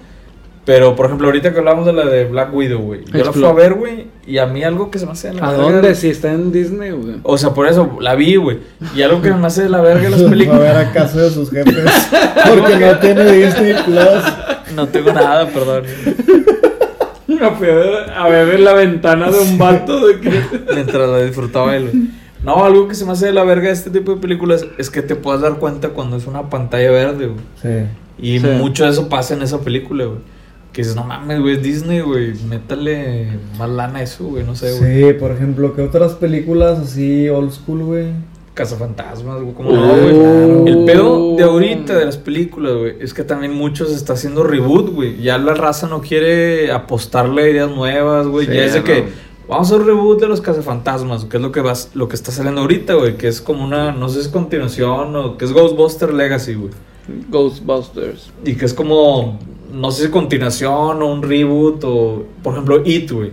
B: Pero, por ejemplo, ahorita que hablamos de la de Black Widow, güey. Yo la fui a
C: Explode.
B: ver, güey, y a mí algo que se me hace de la
C: ¿A
B: verga-
C: dónde? Si está en Disney, güey.
B: *laughs* O sea, por eso la vi, güey. Y algo que me hace de la verga
C: *laughs*
B: las
D: *laughs* Va a ver
B: películas.
D: a casa de sus jefes. Porque no tiene Disney Plus.
B: *laughs* No tengo nada, perdón.
C: No fui a ver, a ver en la ventana de un vato de que.
B: Mientras la disfrutaba él, güey. No, algo que se me hace de la verga de este tipo de películas es que te puedas dar cuenta cuando es una pantalla verde, güey.
D: Sí.
B: Y
C: Sí.
B: mucho de eso pasa en esa película, güey. Que dices, no mames, güey, es Disney, güey. Métale más lana a eso, güey. No sé, güey.
D: Sí, por ejemplo, ¿qué otras películas así old school, güey?
B: Cazafantasmas, güey. Como
C: Uh,
B: no, güey.
D: claro.
B: El pedo de ahorita de las películas, güey, es que también mucho se está haciendo reboot, güey. Ya la raza no quiere apostarle a ideas nuevas, güey.
C: Sí,
B: ya es de
C: no.
B: que vamos a un reboot de los cazafantasmas, que es lo que vas, lo que está saliendo ahorita, güey. Que es como una, no sé si es continuación o que es Ghostbuster Legacy, güey.
C: Ghostbusters.
B: Y que es como, no sé si continuación o un reboot o, por ejemplo, It, güey.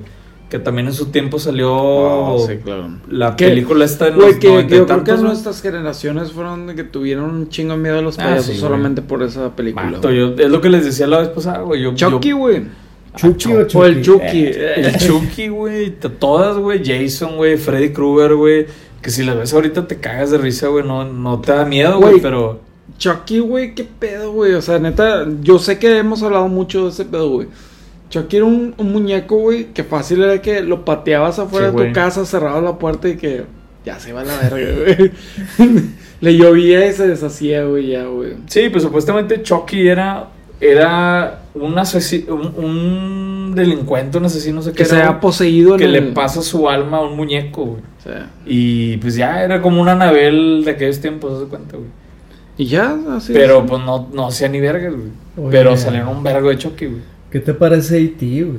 B: Que también en su tiempo salió
C: Ah, claro.
B: Oh. la
C: Que-
B: película esta en
C: Güey,
B: los
C: que
B: noventa y
C: yo creo que
B: tantos, güey.
C: nuestras generaciones fueron de que tuvieron un chingo de miedo a los
B: Ah,
C: payasos
B: sí, güey.
C: solamente por esa película.
B: Vato,
C: güey.
B: yo- es lo que les decía la vez pasada, güey. Yo,
C: Chucky,
B: yo- Eh,
C: güey.
D: ¿Chucky o Chucky?
C: O el Ah, Chucky.
B: *laughs* el Chucky, güey. t- Todas, güey. Jason, güey. Freddy Krueger, güey. Que si las ves ahorita te cagas de risa, güey. No, no te da miedo, güey.
C: Güey.
B: Pero
C: Chucky, güey, qué pedo, güey. O sea, neta, yo sé que hemos hablado mucho de ese pedo, güey. Chucky era un, un muñeco, güey, que fácil era que lo pateabas afuera
B: Sí,
C: de tu
B: güey.
C: casa, cerrabas la puerta y que ya se va a
B: *laughs*
C: la verga, güey. Le llovía y se deshacía, güey, ya, güey.
B: Sí, pues supuestamente Chucky era, era un asesino, un, un delincuente, un asesino, no sé qué.
C: Que se
B: era,
C: había
B: güey,
C: poseído en
B: que le
C: el-
B: pasa su alma a un muñeco, güey.
C: O sea,
B: Y pues ya era como una Anabel de aquellos tiempos, haz de cuenta, güey.
C: y ya, así.
B: Pero pues no, no hacía ni vergas, güey.
D: Oye.
B: Pero salieron un vergo de Chucky, güey.
D: ¿Qué te parece IT, güey?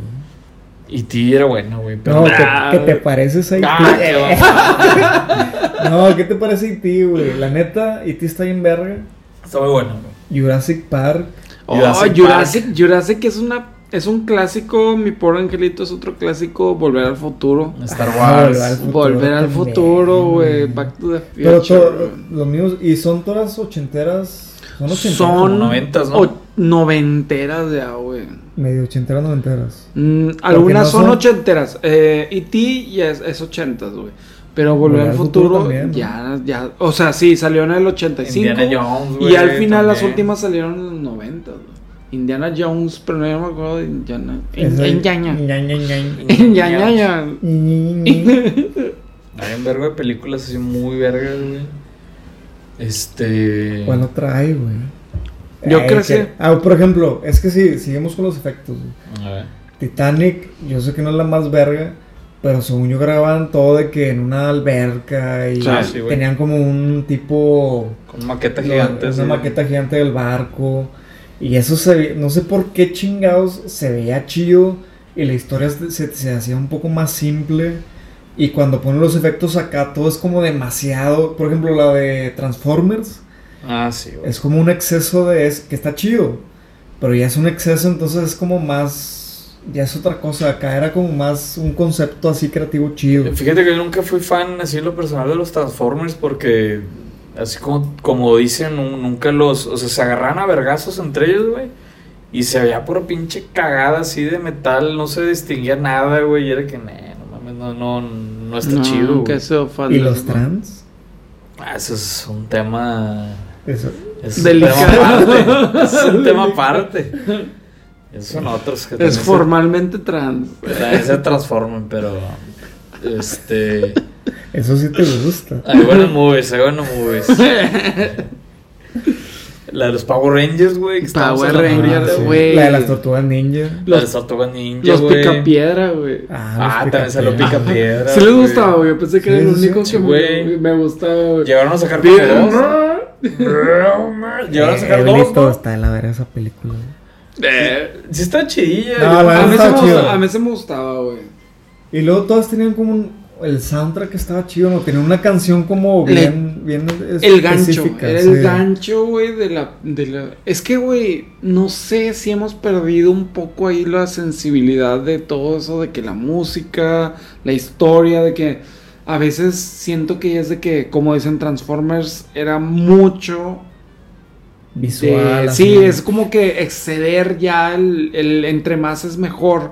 B: Y ti era bueno, güey. Pero
D: No, ¿qué,
B: Nah,
D: qué te parece IT?
B: Ah, qué va.
D: No, ¿qué te parece IT, güey? La neta, IT está bien verga.
B: Está muy bueno,
D: *laughs*
B: güey.
D: Jurassic Park.
C: Oh,
B: Jurassic
C: Jurassic,
B: Park.
C: Jurassic, es una. Es un clásico, mi pobre angelito es otro clásico, Volver al futuro.
B: Star
D: Ah,
B: Wars.
D: Volver al futuro
C: Volver al
D: también,
C: futuro, güey.
D: güey.
C: Back to the
D: Pero
C: future.
D: to-
C: güey.
D: los míos, y son todas ochenteras. Son ochenteras.
C: Son
B: como noventas, ¿no?
C: o- noventeras ya, güey.
D: Medio ochenteras, noventeras.
C: Mm, algunas
D: no
C: son,
D: son-
C: ochenteras. Eh, E.T. ya es, es ochentas, güey. Pero Volver al Futuro,
D: también, ¿no?
C: ya, ya. O sea, sí, salió en el 85.
B: Indiana Jones,
C: y
B: güey,
C: al final las
B: también.
C: últimas salieron en los 90, güey. Indiana Jones, pero no me acuerdo de Indiana. En,
D: Esa-
C: en Yaña.
D: Ña, Ña, Ña.
C: *laughs* En Yaña, ya. *laughs*
D: Ñi, Ñi.
B: Hay un vergo de películas así muy vergas, güey. Este.
D: *laughs* ¿Cuál otra hay, güey?
C: Yo
D: Ay,
C: crecí-
D: que- Ah, por ejemplo, es que si seguimos con los efectos. güey.
B: A ver.
D: Titanic, yo sé que no es la más verga, pero según yo grababan todo de que en una alberca y
B: Ah, sí, güey.
D: tenían como un tipo
B: Con maqueta gigante.
D: una
B: así.
D: maqueta gigante del barco. Y eso se ve- no sé por qué chingados se veía chido y la historia se, se- se hacía un poco más simple. Y cuando ponen los efectos acá, todo es como demasiado. Por ejemplo, la de Transformers
B: Ah, sí, güey.
D: es como un exceso de es que está chido, pero ya es un exceso, entonces es como más ya es otra cosa. Acá era como más un concepto así creativo chido.
B: Fíjate que yo nunca fui fan así en lo personal de los Transformers porque así como, como dicen, nu- nunca los, o sea, se agarran a vergazos entre ellos, güey. Y se veía pura pinche cagada así de metal, no se distinguía nada, güey. Y era que, "Nah, no mames, no, no, no está
C: No,
B: chido. güey".
C: que eso falta.
D: Y los trans.
B: Ah, eso es un tema.
D: Eso.
B: Es
C: Delicado.
B: un tema aparte. Es
C: *laughs*
B: un tema aparte. Esos son otros que también
C: Es
B: se-
C: formalmente trans.
B: también se transforman, pero. Este.
D: Eso sí te gusta.
B: Hay buenos movies, hay buenos movies. La de los Power Rangers, güey. que estábamos
C: Power
B: hablando
C: Rangers,
B: ahorita,
D: sí.
B: güey.
C: güey.
D: La de las tortugas ninja.
B: La de Tortuga
C: *laughs*
B: Ninja,
C: Los
B: güey.
C: picapiedra, güey.
B: Ah, también se lo
D: picapiedra.
B: pica piedra.
C: Sí les gustaba, güey. Yo pensé que era el
D: Sí, sí,
C: único
B: sí,
C: que me-
B: güey.
C: me gustaba, güey.
B: Llegaron a sacar como
C: Bien.
B: dos. Llegaron a
D: Eh,
B: sacar
D: he
B: dos.
D: visto,
B: ¿no?
D: está en la verga esa película. güey.
C: Eh,
B: Sí, está chidilla.
D: No,
B: yo-
D: la
C: a,
D: verdad
C: mí se
D: estaba
C: me
D: Ah, chido.
C: gusta- a mí se me gustaba, güey.
D: Y luego todas tenían como un. El soundtrack estaba chido, ¿no? Tenía una canción como
C: Le-
D: bien. bien
C: El gancho,
D: específica,
C: era el
D: sí.
C: gancho, güey, de la, de la... Es que, güey, no sé si hemos perdido un poco ahí la sensibilidad de todo eso, de que la música, la historia, de que a veces siento que es de que, como dicen Transformers, era mucho... de-
D: Visual.
C: sí,
D: así.
C: es como que exceder ya el, el entre más es mejor.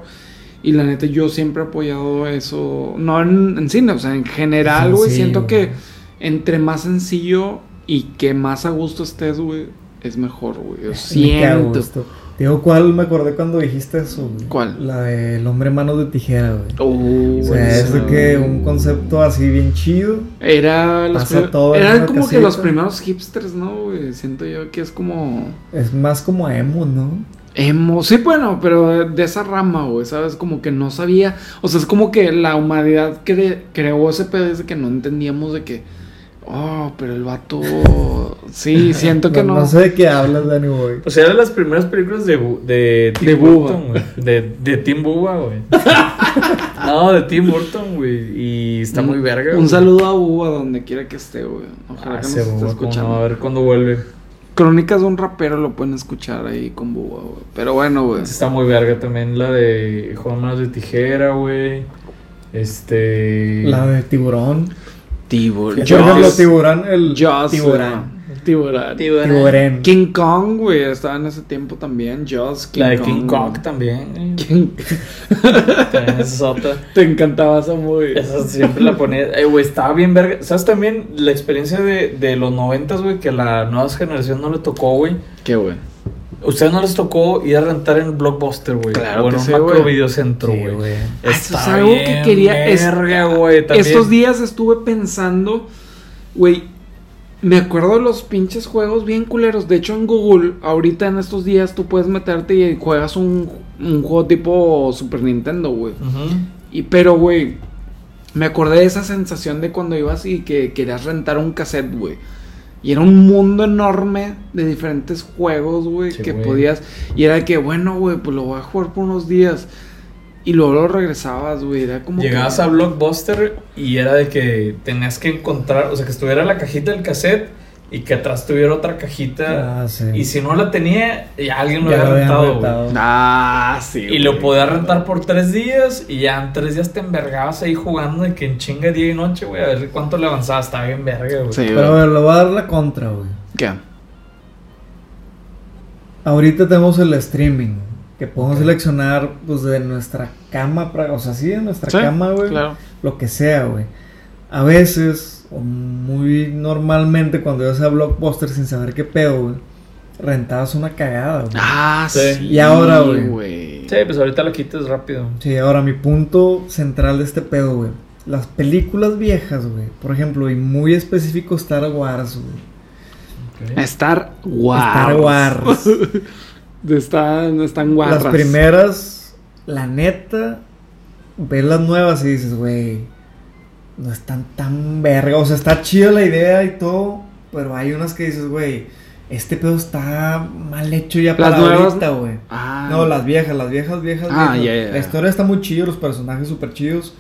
C: Y la neta, yo siempre he apoyado eso, no en, en cine, o sea, en general, güey,
D: Sencillo,
C: siento
D: güey.
C: que entre más sencillo y que más a gusto estés, güey, es mejor, güey. Yo
D: Sí, qué a
C: siento.
D: gusto. Te Digo, ¿cuál me acordé cuando dijiste eso? güey?
C: ¿Cuál?
D: La del hombre manos de tijera, güey.
C: Uh,
D: o
C: güey,
D: sea, es de
C: sí.
D: que un concepto así bien chido.
C: Era los
D: Pasa
C: prim-
D: todo en
C: eran
D: una
C: como que los
D: casita.
C: primeros hipsters, ¿no, güey? Siento yo que es como
D: Es más como emo, ¿no?
C: Emo, sí, bueno, pero de- de esa rama, güey, ¿sabes? Como que no sabía. O sea, es como que la humanidad cre- creó ese pedo desde que no entendíamos de que. Oh, pero el vato.
B: *laughs*
C: Sí, siento que no.
D: No sé de qué hablas, Danny Boy.
B: O sea, era de las primeras películas de, Bu- de Tim
C: De Bubba.
B: Burton, güey. De, de Tim Bubba,
C: *laughs*
B: güey. no, de Tim Burton, güey. Y está muy verga.
C: Un
B: güey.
C: saludo a Uva donde quiera que esté, güey. Ojalá
B: Ah,
C: que nos
B: ese
C: esté
B: Bubba, cómo no, a
C: escuchando.
B: ver cuándo vuelve.
C: Crónicas de un rapero lo pueden escuchar ahí con Buba, güey. Pero bueno, güey.
B: Está muy verga también la de Juan Manos de Tijera, güey. Este.
D: La de tiburón.
C: Tiburón.
D: Yo
B: Jaws.
D: ejemplo, tiburón, el
C: Jaws,
D: tiburón.
C: güey. Tiburón.
D: Tiburón.
C: King Kong, güey, estaba en ese tiempo también. Jaws, King
B: la de King Kong
C: güey. *laughs*
B: también.
C: King-
B: También es otra.
C: Te encantaba esa movie.
B: Esa siempre la ponía. Eh, güey, estaba bien verga. ¿Sabes también la experiencia de, de los noventas, güey? Que a la nueva generación no le tocó, güey.
C: Qué bueno.
B: Ustedes no les tocó ir a rentar en Blockbuster, güey.
C: Claro
B: o en
C: que
B: un
C: sí,
B: macro
C: güey.
B: videocentro,
D: Sí,
B: güey.
D: güey.
C: Ah, eso es algo que
B: bien
C: quería- es-
B: Verga, güey. también.
C: Estos días estuve pensando, güey, me acuerdo de los pinches juegos bien culeros. De hecho, en Google, ahorita en estos días tú puedes meterte y juegas un, un juego tipo Super Nintendo, güey.
B: Ujú.
C: Y pero, güey, me acordé de esa sensación de cuando ibas y que querías rentar un cassette, güey. Y era un mundo enorme de diferentes juegos, güey,
B: Sí,
C: que
B: güey.
C: podías. Y era que, bueno, güey, pues lo voy a jugar por unos días. Y luego lo regresabas, güey. Era como. que-
B: Llegabas a Blockbuster y era de que tenías que encontrar, o sea, que estuviera la cajita del cassette y que atrás tuviera otra cajita.
D: Ah, sí.
B: Y si no la tenía, ya alguien lo
D: Ya
B: había
D: lo habían
B: rentado, güey.
D: rentado.
C: Ah, sí.
B: Y lo podías rentar por tres días y ya en tres días te envergabas ahí jugando de que en chinga día y noche, güey, a ver cuánto le avanzabas. Estaba bien verga, güey.
C: Sí, güey.
D: Pero a ver, le voy a dar la contra, güey.
C: ¿Qué?
D: Ahorita tenemos el streaming. Que podemos seleccionar, pues, de nuestra cama. pra- O sea, sí, de nuestra
C: Sí,
D: cama, güey.
C: Claro.
D: lo que sea, güey. A veces, o muy normalmente, cuando ibas a Blockbuster sin saber qué pedo, güey, rentabas una cagada, güey.
C: Ah, sí.
B: Sí.
D: Y ahora, güey.
B: Sí, pues ahorita la quitas rápido.
D: Sí, ahora mi punto central de este pedo, güey. Las películas viejas, güey. Por ejemplo, y muy específico Star Wars, güey.
C: Star Wars.
D: Star Wars.
C: *laughs* De Star, no están
D: Las
C: guarras.
D: primeras, la neta, ves las nuevas y dices, güey, no están tan verga. O sea, está chida la idea y todo, pero hay unas que dices, güey, este pedo está mal hecho ya
C: Las
D: para
C: nuevas,
D: ahorita, güey.
C: Ah.
D: No, las viejas, las viejas, viejas,
C: Ah,
D: viejas.
C: ya, ya, ya.
D: La historia está muy chida, los personajes súper chidos.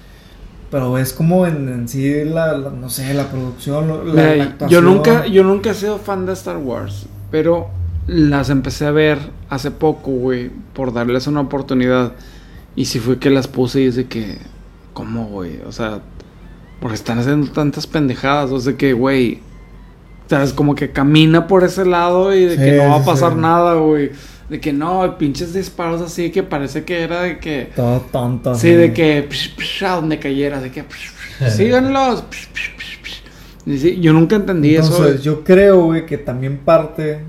D: Pero es como en, en sí la, la- no sé, la producción, lo- la, la
C: Mira, yo
D: actuación.
C: nunca, yo nunca he sido fan de Star Wars, pero las empecé a ver hace poco, güey, por darles una oportunidad. Y si fue que las puse y es de que, ¿cómo, güey? O sea, porque están haciendo tantas pendejadas, o sea que, güey, sabes, como que camina por ese lado y de
D: Sí,
C: que no va a
D: sí,
C: pasar
D: sí.
C: nada, güey. De que no, pinches disparos así que parece que era de que...
D: Todo tonto.
C: Sí,
D: así.
C: de que psh, psh, a donde cayera, de que psh, psh, síganlos. psh, psh, psh, psh. Y sí, yo nunca entendí eso.
D: Entonces,
C: güey.
D: yo creo, güey, que también parte.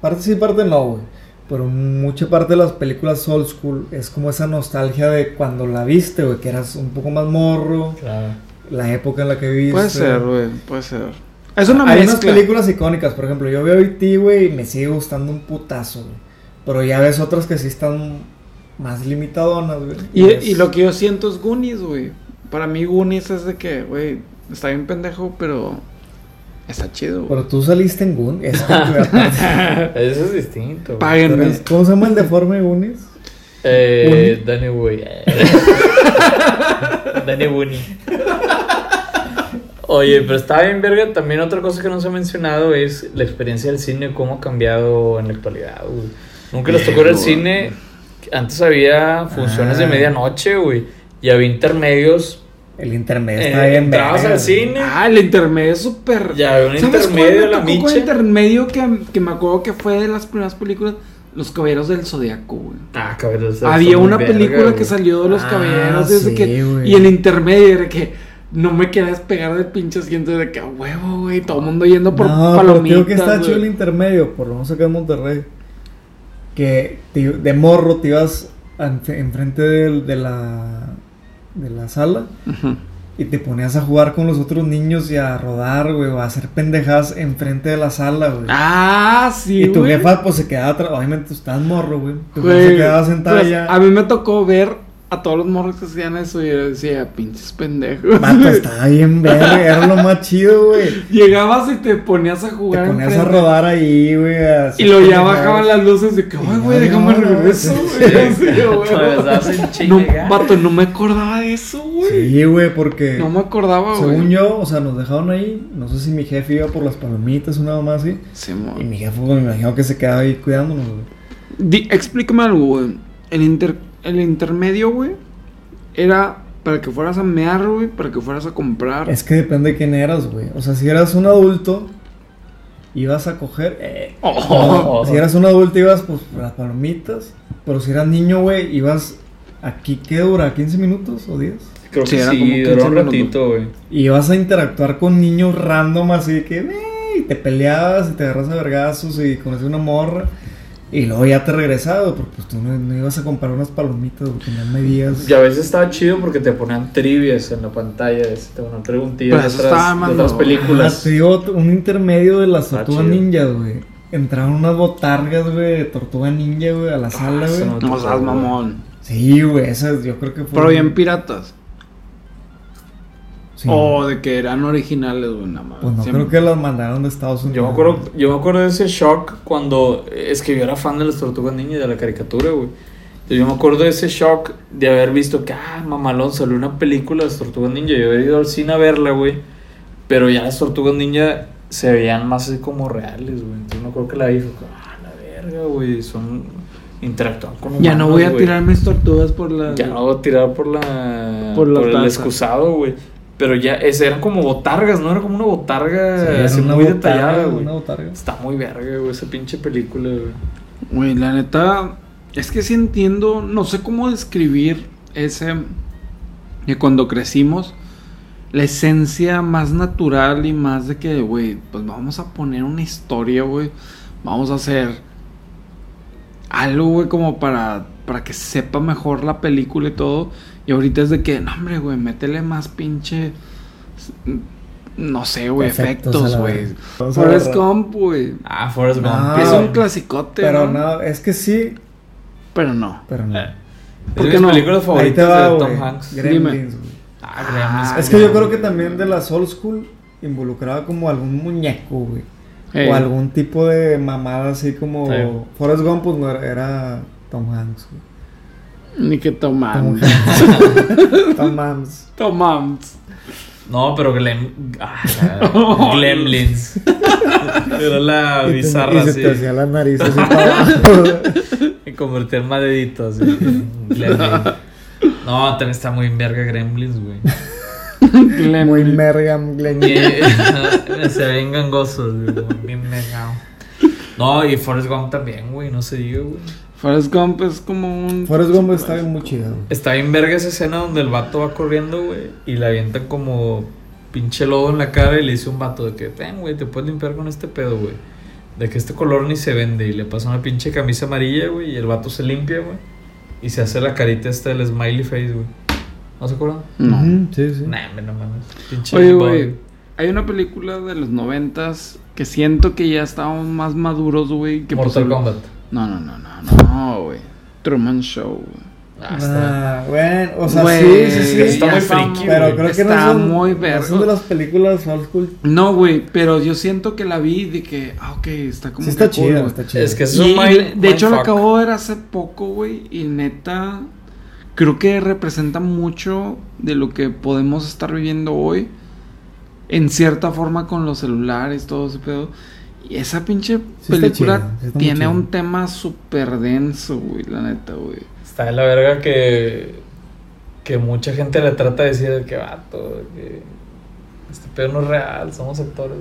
D: Parte sí, parte no, güey. Pero mucha parte de las películas old school es como esa nostalgia de cuando la viste, güey, que eras un poco más morro,
A: Claro.
D: la época en la que viviste.
C: Puede ser, güey, puede ser. Es una
D: Hay unas
C: mezcla.
D: películas icónicas, por ejemplo, yo veo IT, güey, y me sigue gustando un putazo, güey. Pero ya ves otras que sí están más limitadonas, güey.
C: Y,
D: es-
C: y lo que yo siento es Goonies, güey. Para mí Goonies es de que, güey, está bien pendejo, pero está chido. güey.
D: Pero tú saliste en Goon. Es que,
C: *laughs*
D: güey, aparte,
A: Eso es distinto. güey.
C: Páguenme.
D: ¿Cómo se llama el deforme Goonies?
A: Eh, Danny Boy.
B: *laughs*
A: Danny Booney. Oye, pero está bien, verga. También otra cosa que no se ha mencionado es la experiencia del cine, cómo ha cambiado en la actualidad, güey. Nunca les tocó ir al
C: Verga.
A: cine. Antes había funciones de
D: Ah.
A: medianoche, güey. Y había intermedios.
D: El intermedio está
A: Eh,
D: bien,
A: entrabas
D: verga,
A: al
D: güey.
A: cine.
C: Ah, el intermedio es súper.
A: Ya, un
C: ¿Sabes cuál
A: intermedio,
C: me
A: la
C: tocó con
A: micha?
C: intermedio que, que me acuerdo que fue de las primeras películas? Los Caballeros del Zodiaco, güey.
A: Ah, cabrón. esas
C: Había
A: son muy
C: una
A: verga,
C: película
A: güey.
C: que salió de los
D: Ah,
C: caballeros desde
D: sí,
C: que,
D: güey.
C: y el intermedio era que no me quería despegar del pinche asiento de que a huevo, güey, todo el mundo yendo por
D: no, pero
C: palomitas.
D: creo que está
C: güey.
D: chido el intermedio, por lo menos acá en Monterrey. Que te- de morro te ibas ante- enfrente del- de, la, de la sala
C: Ujú.
D: y te ponías a jugar con los otros niños y a rodar, güey, o a hacer pendejadas enfrente de la sala, güey.
C: Ah, sí,
D: y tu
C: güey.
D: jefa, pues se quedaba atrás. Obviamente, tú estabas morro, güey. Tu jefa
C: Güey,
D: se quedaba sentada
C: pues,
D: ya.
C: A mí me tocó ver a todos los morros que hacían eso y yo decía, pinches pendejos.
D: Vato,
C: *laughs*
D: estaba bien verga, era lo más chido, güey.
C: Llegabas y te ponías a
D: Te
C: jugar.
D: ponías a
C: enfrente.
D: rodar ahí, güey. a hacer
C: Y luego ya
D: pendejadas.
C: bajaban las luces de que, ay, güey,
D: Ay,
C: déjame
D: no,
C: regreso,
D: sí,
C: güey.
B: sí.
C: *laughs* Sí, güey.
B: Te las das en chinga.
C: No, vato, no me acordaba de eso, güey.
D: Sí, güey, porque.
C: No me acordaba, güey.
D: Según yo, o sea, nos dejaron ahí. No sé si mi jefe iba por las palomitas, una mamá así.
C: Sí,
D: Y
C: mo-
D: mi jefe, pues, me imagino que se quedaba ahí cuidándonos, güey.
C: Di- explícame algo, güey. El, inter- el intermedio, güey, era para que fueras a mear, güey, para que fueras a comprar.
D: Es que depende de quién eras, güey. O sea, si eras un adulto, ibas a coger. eh, *laughs*
C: Oh.
D: no. Si eras un adulto, ibas pues por las palomitas. Pero si eras niño, güey, ibas. Aquí, ¿qué dura? ¿15 minutos o 10?
B: Creo
C: Sí,
B: que
C: era como
B: sí,
C: 15
B: duró un
C: minutos.
B: ratito, güey.
D: Y ibas a interactuar con niños random así de que, "Ey", y te peleabas y te agarras a vergazos y conoces una morra. Y luego ya te regresado, porque pues tú no, no ibas a comprar unas palomitas porque no medías.
B: Y a veces estaba chido porque te ponían trivias en la pantalla, así, te ponían preguntillas
C: Pero
B: de
C: eso estaba
B: otras, de otras
C: mamón.
D: Ah,
B: películas.
D: te digo, t- un intermedio de las
B: Está
D: tortugas
B: chido.
D: ninjas, güey. Entraron unas botargas, güey, de tortuga ninja, güey, a la sala,
B: Ah, eso
D: güey.
C: *laughs*
B: no-
C: No seas mamón.
D: Sí, güey, esas yo creo que fue.
C: Pero bien piratas.
D: Sí.
C: O de que eran originales, güey, nada más.
D: Pues no
C: Sí,
D: creo que las mandaron de Estados Unidos.
B: Yo me acuerdo, yo me acuerdo de ese shock cuando es que yo era fan de las tortugas ninja y de la caricatura, güey. Entonces, Yo me acuerdo de ese shock de haber visto que, ah, mamalón, salió una película de las tortugas ninja. Yo había ido al cine a verla, güey. Pero ya las tortugas ninja se veían más así como reales, güey. Entonces me acuerdo que la vi y fue como, ah, la verga, güey. Son. interactúan con humanos.
C: Ya no voy a
B: güey.
C: tirar mis tortugas por la.
B: Ya no voy a tirar por la.
C: Por la
B: Por,
C: taza.
B: el excusado, güey. Pero ya, ese, eran como botargas, ¿no? Era como una botarga
D: Sí, era
B: eh, así
D: una
B: muy
D: botarga,
B: detallada, güey.
D: una botarga.
B: Está muy verga, güey, esa pinche película, güey.
C: Güey, la neta, es que sí entiendo, no sé cómo describir ese, que cuando crecimos, la esencia más natural y más de que, güey, pues vamos a poner una historia, güey, vamos a hacer algo, güey, como para, para que sepa mejor la película y todo, y ahorita es de que, no, hombre, güey, métele más pinche, no sé, güey,
D: Efectos a
C: efectos,
D: la
C: güey.
D: verga. Vamos a
C: Forrest
D: agarrar.
C: Gump, güey.
B: Ah, Forrest
D: Gump.
B: Gump.
D: Ah,
C: es un
D: güey.
C: clasicote,
D: Pero
C: ¿no?
D: no, es que sí,
C: Pero no.
D: pero no.
B: Es
C: ¿Por
B: de
C: qué
B: mis
C: no?
B: películas
D: Ahí te
B: favoritas
D: va,
B: de
D: güey.
B: Tom Hanks.
D: Gremlins, güey.
B: Ah, Gremlins.
C: Ah,
D: Es que yo creo que
B: Gremlins.
D: también de las old school involucraba como algún muñeco, güey.
C: Ey.
D: O algún tipo de mamada así como
B: Sí.
D: Forrest Gump, pues no era, era Tom Hanks, güey.
C: Ni que tomamos. *laughs*
D: Tom Hanks. Tom Hanks.
C: Tomamos.
B: No, pero Glem... Ah,
D: *laughs*
B: la- Gremlins. Era la
D: Y te-
B: bizarra,
D: y se
B: así.
D: te
B: *laughs*
D: hacía las narices y para abajo, güey. *laughs*
B: Y convertía en madedito, así. Gremlins. No, también está muy verga Gremlins, güey.
D: Muy mergam, Glenn.
B: Y- *laughs* se ven gangosos, güey. Bien vergao. No, y Forrest Gump también, güey. No se diga, güey.
C: Forrest Gump es como un.
D: Forrest Gump está bien muy chido.
B: Está bien verga esa escena donde el vato va corriendo, güey, y le avientan como pinche lodo en la cara y le dice un vato de que, ten, güey, te puedes limpiar con este pedo, güey. De que este color ni se vende y le pasa una pinche camisa amarilla, güey, y el vato se limpia, güey. Y se hace la carita esta del smiley face, güey. ¿No se acuerdan?
C: No.
D: Ujú, Sí, sí.
B: Nah, hombre, no mames. Pinche
C: Oye,
B: bug.
C: güey. Hay una película de los noventas que siento que ya estaban más maduros, güey. Que
B: Mortal
C: pusieron-
B: Kombat.
C: No, no, no, no, no, güey. Truman Show, güey.
B: Ah, está.
D: Ah, bueno, o sea,
C: Güey,
D: sí, sí, sí.
B: ya está
C: ya
B: muy
C: está
B: friki,
D: Pero
B: güey.
D: creo que no
C: Está
D: son,
C: muy
D: no
C: verga.
D: son de las películas old school.
C: No, güey, pero yo siento que la vi de que, ah, ok, está como
D: Sí, está
C: que cool,
D: chida,
C: güey.
D: está chida.
B: Es que es
C: Y-
B: un
C: y
B: mind-
C: le- de hecho, lo
B: mindfuck.
C: acabo de ver hace poco, güey. Y neta, creo que representa mucho de lo que podemos estar viviendo hoy. En cierta forma, con los celulares, todo ese pedo. Y esa pinche
D: Sí está
C: película
D: chida, sí está muy
C: tiene
D: chida.
C: un tema súper denso, güey, la neta, güey.
B: Está de la verga que. Que mucha gente le trata de decir de que vato, de que. Este pedo no es real, somos actores.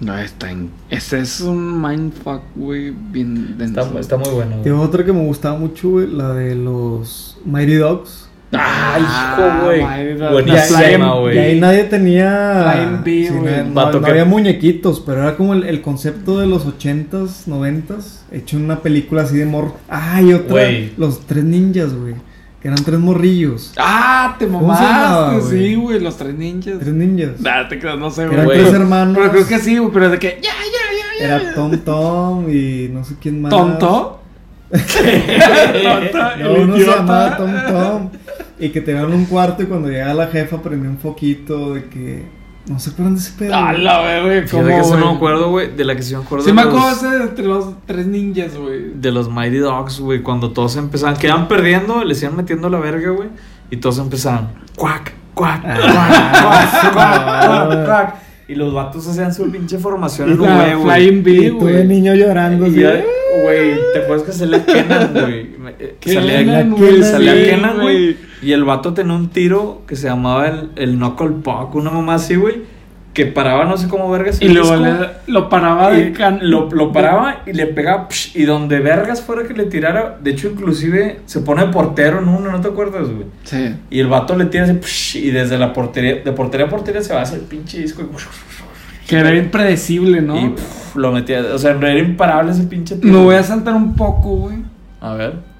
C: No, está en... Ese es un mindfuck, güey, bien denso.
B: Está, está muy bueno. güey.
D: Tiene otra que me gustaba mucho, güey, la de los Mighty Dogs.
C: ah,
B: Ay, hijo,
C: madre, la-
B: güey.
D: Y ahí-
B: Buenísima,
D: Y ahí
B: güey.
D: nadie tenía.
C: Plan B,
D: no-
C: güey.
D: no,
B: Vato
D: no
B: que-
D: había muñequitos, pero era como el, el concepto de los 80s, 90s. Hecho en una película así de morro. Ah, y otra.
B: Güey.
D: Los tres ninjas, güey. Que eran tres morrillos.
C: Ah, te
D: ¿Cómo se llamaba,
C: mamaste,
D: güey?
C: sí, güey, los tres ninjas.
D: Tres ninjas.
B: Ah.
C: Nah, te creas, no sé,
D: Que eran
B: güey.
D: tres
C: Pero,
D: hermanos.
C: pero creo que sí, güey, pero de que ya, ya, ya, ya.
D: Era Tom Tom y no sé quién más.
C: ¿Tonto? *laughs* ¿Tonto?
D: No,
C: ¿El
D: uno se
C: idiota?
D: llamaba Tom Tom. Y que tenían un cuarto y cuando llegaba la jefa prendía un foquito de que. No se acuerdan de ese pedo.
C: A
D: güey?
C: la verga,
B: Fíjate
C: ¿cómo,
B: que eso
C: güey?
B: no me acuerdo, güey. De la que sí me acuerdo.
C: Sí
B: de
C: me
B: los-
C: acuerdo ese de entre los tres ninjas, güey.
B: De los Mighty Dogs, güey. Cuando todos empezaban. Quedaban perdiendo, les iban metiendo la verga, güey. Y todos empezaban. Cuac, cuac,
C: Ah,
B: cuac, cuac, cuac, cuac, cuac. Y los vatos hacían su pinche formación en un
C: La
B: huevo, güey.
C: Flying
D: Y
C: Bee,
D: tú de
C: güey.
D: niño llorando.
B: Y
D: así,
B: ya, Güey, te acuerdas que salía Kenan, güey. Me- eh, Salía,
C: Kenan,
B: güey,
C: güey,
B: salía
C: sí,
B: Kenan, güey.
C: güey.
B: Y el vato tenía un tiro que se llamaba el, el Knuckle Puck, una mamá así, güey. Que paraba, no sé cómo vergas.
C: Y
B: el
C: luego
B: disco,
C: le- lo paraba
B: y
C: de can...
B: lo, lo paraba y le pegaba. psh, y donde vergas fuera que le tirara. De hecho, inclusive se pone portero en uno, ¿no te acuerdas, güey?
C: Sí.
B: Y el vato le tira así. psh, y desde la portería, de portería a portería se va hacia el pinche disco.
C: Que era impredecible,
B: Y,
C: ¿no?
B: y, pf, lo metía. O sea, era imparable ese pinche tiro.
C: Me voy a saltar un poco, güey.
B: A ver.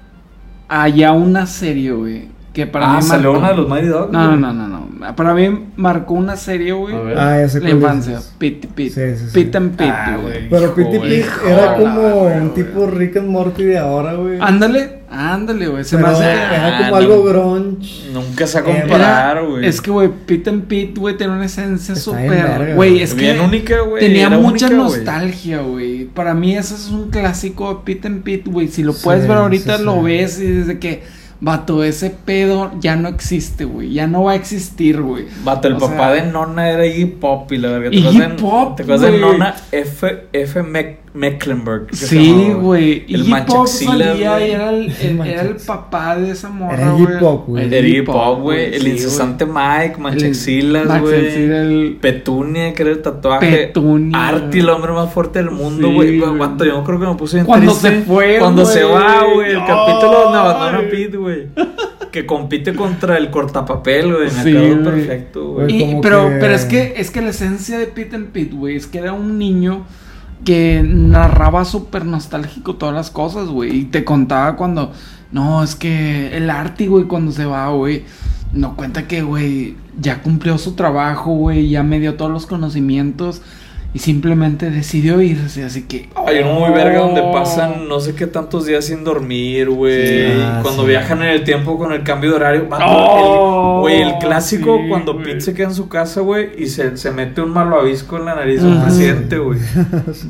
C: Allá una serie, güey. Que para
B: ah,
C: mí
B: salió
C: marcó-
B: una de los Mighty Dogs.
C: No,
B: güey.
C: no, no, no, no. Para mí marcó una serie, güey.
B: A ver.
D: Ah, ya sé
C: La
D: cuál
C: infancia.
D: dices.
C: Pit, pit.
D: Sí, sí, sí.
C: Pit and pit,
B: Ah,
C: güey.
B: güey.
D: Pero Pity
B: Hijo,
D: Pit
B: hijo,
D: era
C: la
D: como
C: verga,
D: un
C: güey.
D: tipo Rick and Morty de ahora, güey.
C: Ándale, ándale, güey. Ah, Se
D: Pero
C: me hace.
D: Era como
B: Ah,
D: algo
B: no.
D: grunge.
B: Nunca se va a
D: Era-
B: comparar, güey.
C: Es que, güey, Pit and Pit, güey, tenía una esencia
D: Está bien verga,
C: súper. Güey, es
B: bien
C: que
B: única, güey.
C: tenía
B: era
C: mucha
B: única, güey.
C: nostalgia, güey. Para mí, ese es un clásico de Pit and Pit, güey. Si lo
D: Sí,
C: puedes ver ahorita,
D: sí,
C: lo
D: sí.
C: ves y desde que. Vato, ese pedo ya no existe, güey. Ya no va a existir, güey.
B: Vato, el
C: O
B: papá
C: sea-
B: de Nona era Iggy Pop y la verga. ¿Te
C: Iggy
B: acuerdas de-
C: Pop,
B: ¿Te acuerdas de
C: güey.
B: Nona F. F. Mec- Mecklenburg? que se
C: Sí,
B: llamaba,
C: güey.
B: El
C: Iggy Pop
B: manchaxilas,
C: salía y
B: güey.
C: era el,
D: El
C: el- era el
D: manchaxilas.
C: papá de esa morra,
D: Era Iggy
C: güey.
D: Pop, güey.
B: El Iggy Pop, güey. El
C: sí,
B: incesante Mike,
C: güey.
B: Manchaxilas,
C: El-
B: güey.
C: Manchaxilas, el-
B: Petunia, que era el tatuaje.
C: Petunia.
B: Arti, el hombre más fuerte del mundo,
C: Sí,
B: güey.
C: güey.
B: Vato, yo creo que me puse bien
C: Cuando
B: triste.
C: se fue,
B: Cuando
C: güey.
B: se va, güey. El
C: Ay.
B: capítulo donde abandona Pete, güey. Que compite contra el cortapapel, güey. Me
C: Sí,
B: acuerdo
C: güey.
B: perfecto, güey.
D: Güey,
C: Y-
D: como
C: pero,
D: que-
C: pero es que es que la esencia de Pit and Pit, güey, es que era un niño que narraba súper nostálgico todas las cosas, güey. Y te contaba cuando. No, es que el Arti, güey, cuando se va, güey. No cuenta que, güey, ya cumplió su trabajo, güey. Ya me dio todos los conocimientos. Y simplemente decidió irse. Así que.
B: Hay uno muy verga donde
C: oh.
B: pasan no sé qué tantos días sin dormir, güey.
D: Sí. Ah,
B: Y cuando
D: sí.
B: viajan en el tiempo con el cambio de horario. vato,
C: Oh,
B: el- Güey, el, clásico
C: sí,
B: cuando
C: güey.
B: Pete se queda en su casa, güey, y se, se mete un malo avisco en la nariz de un
C: Ajá.
B: paciente, güey.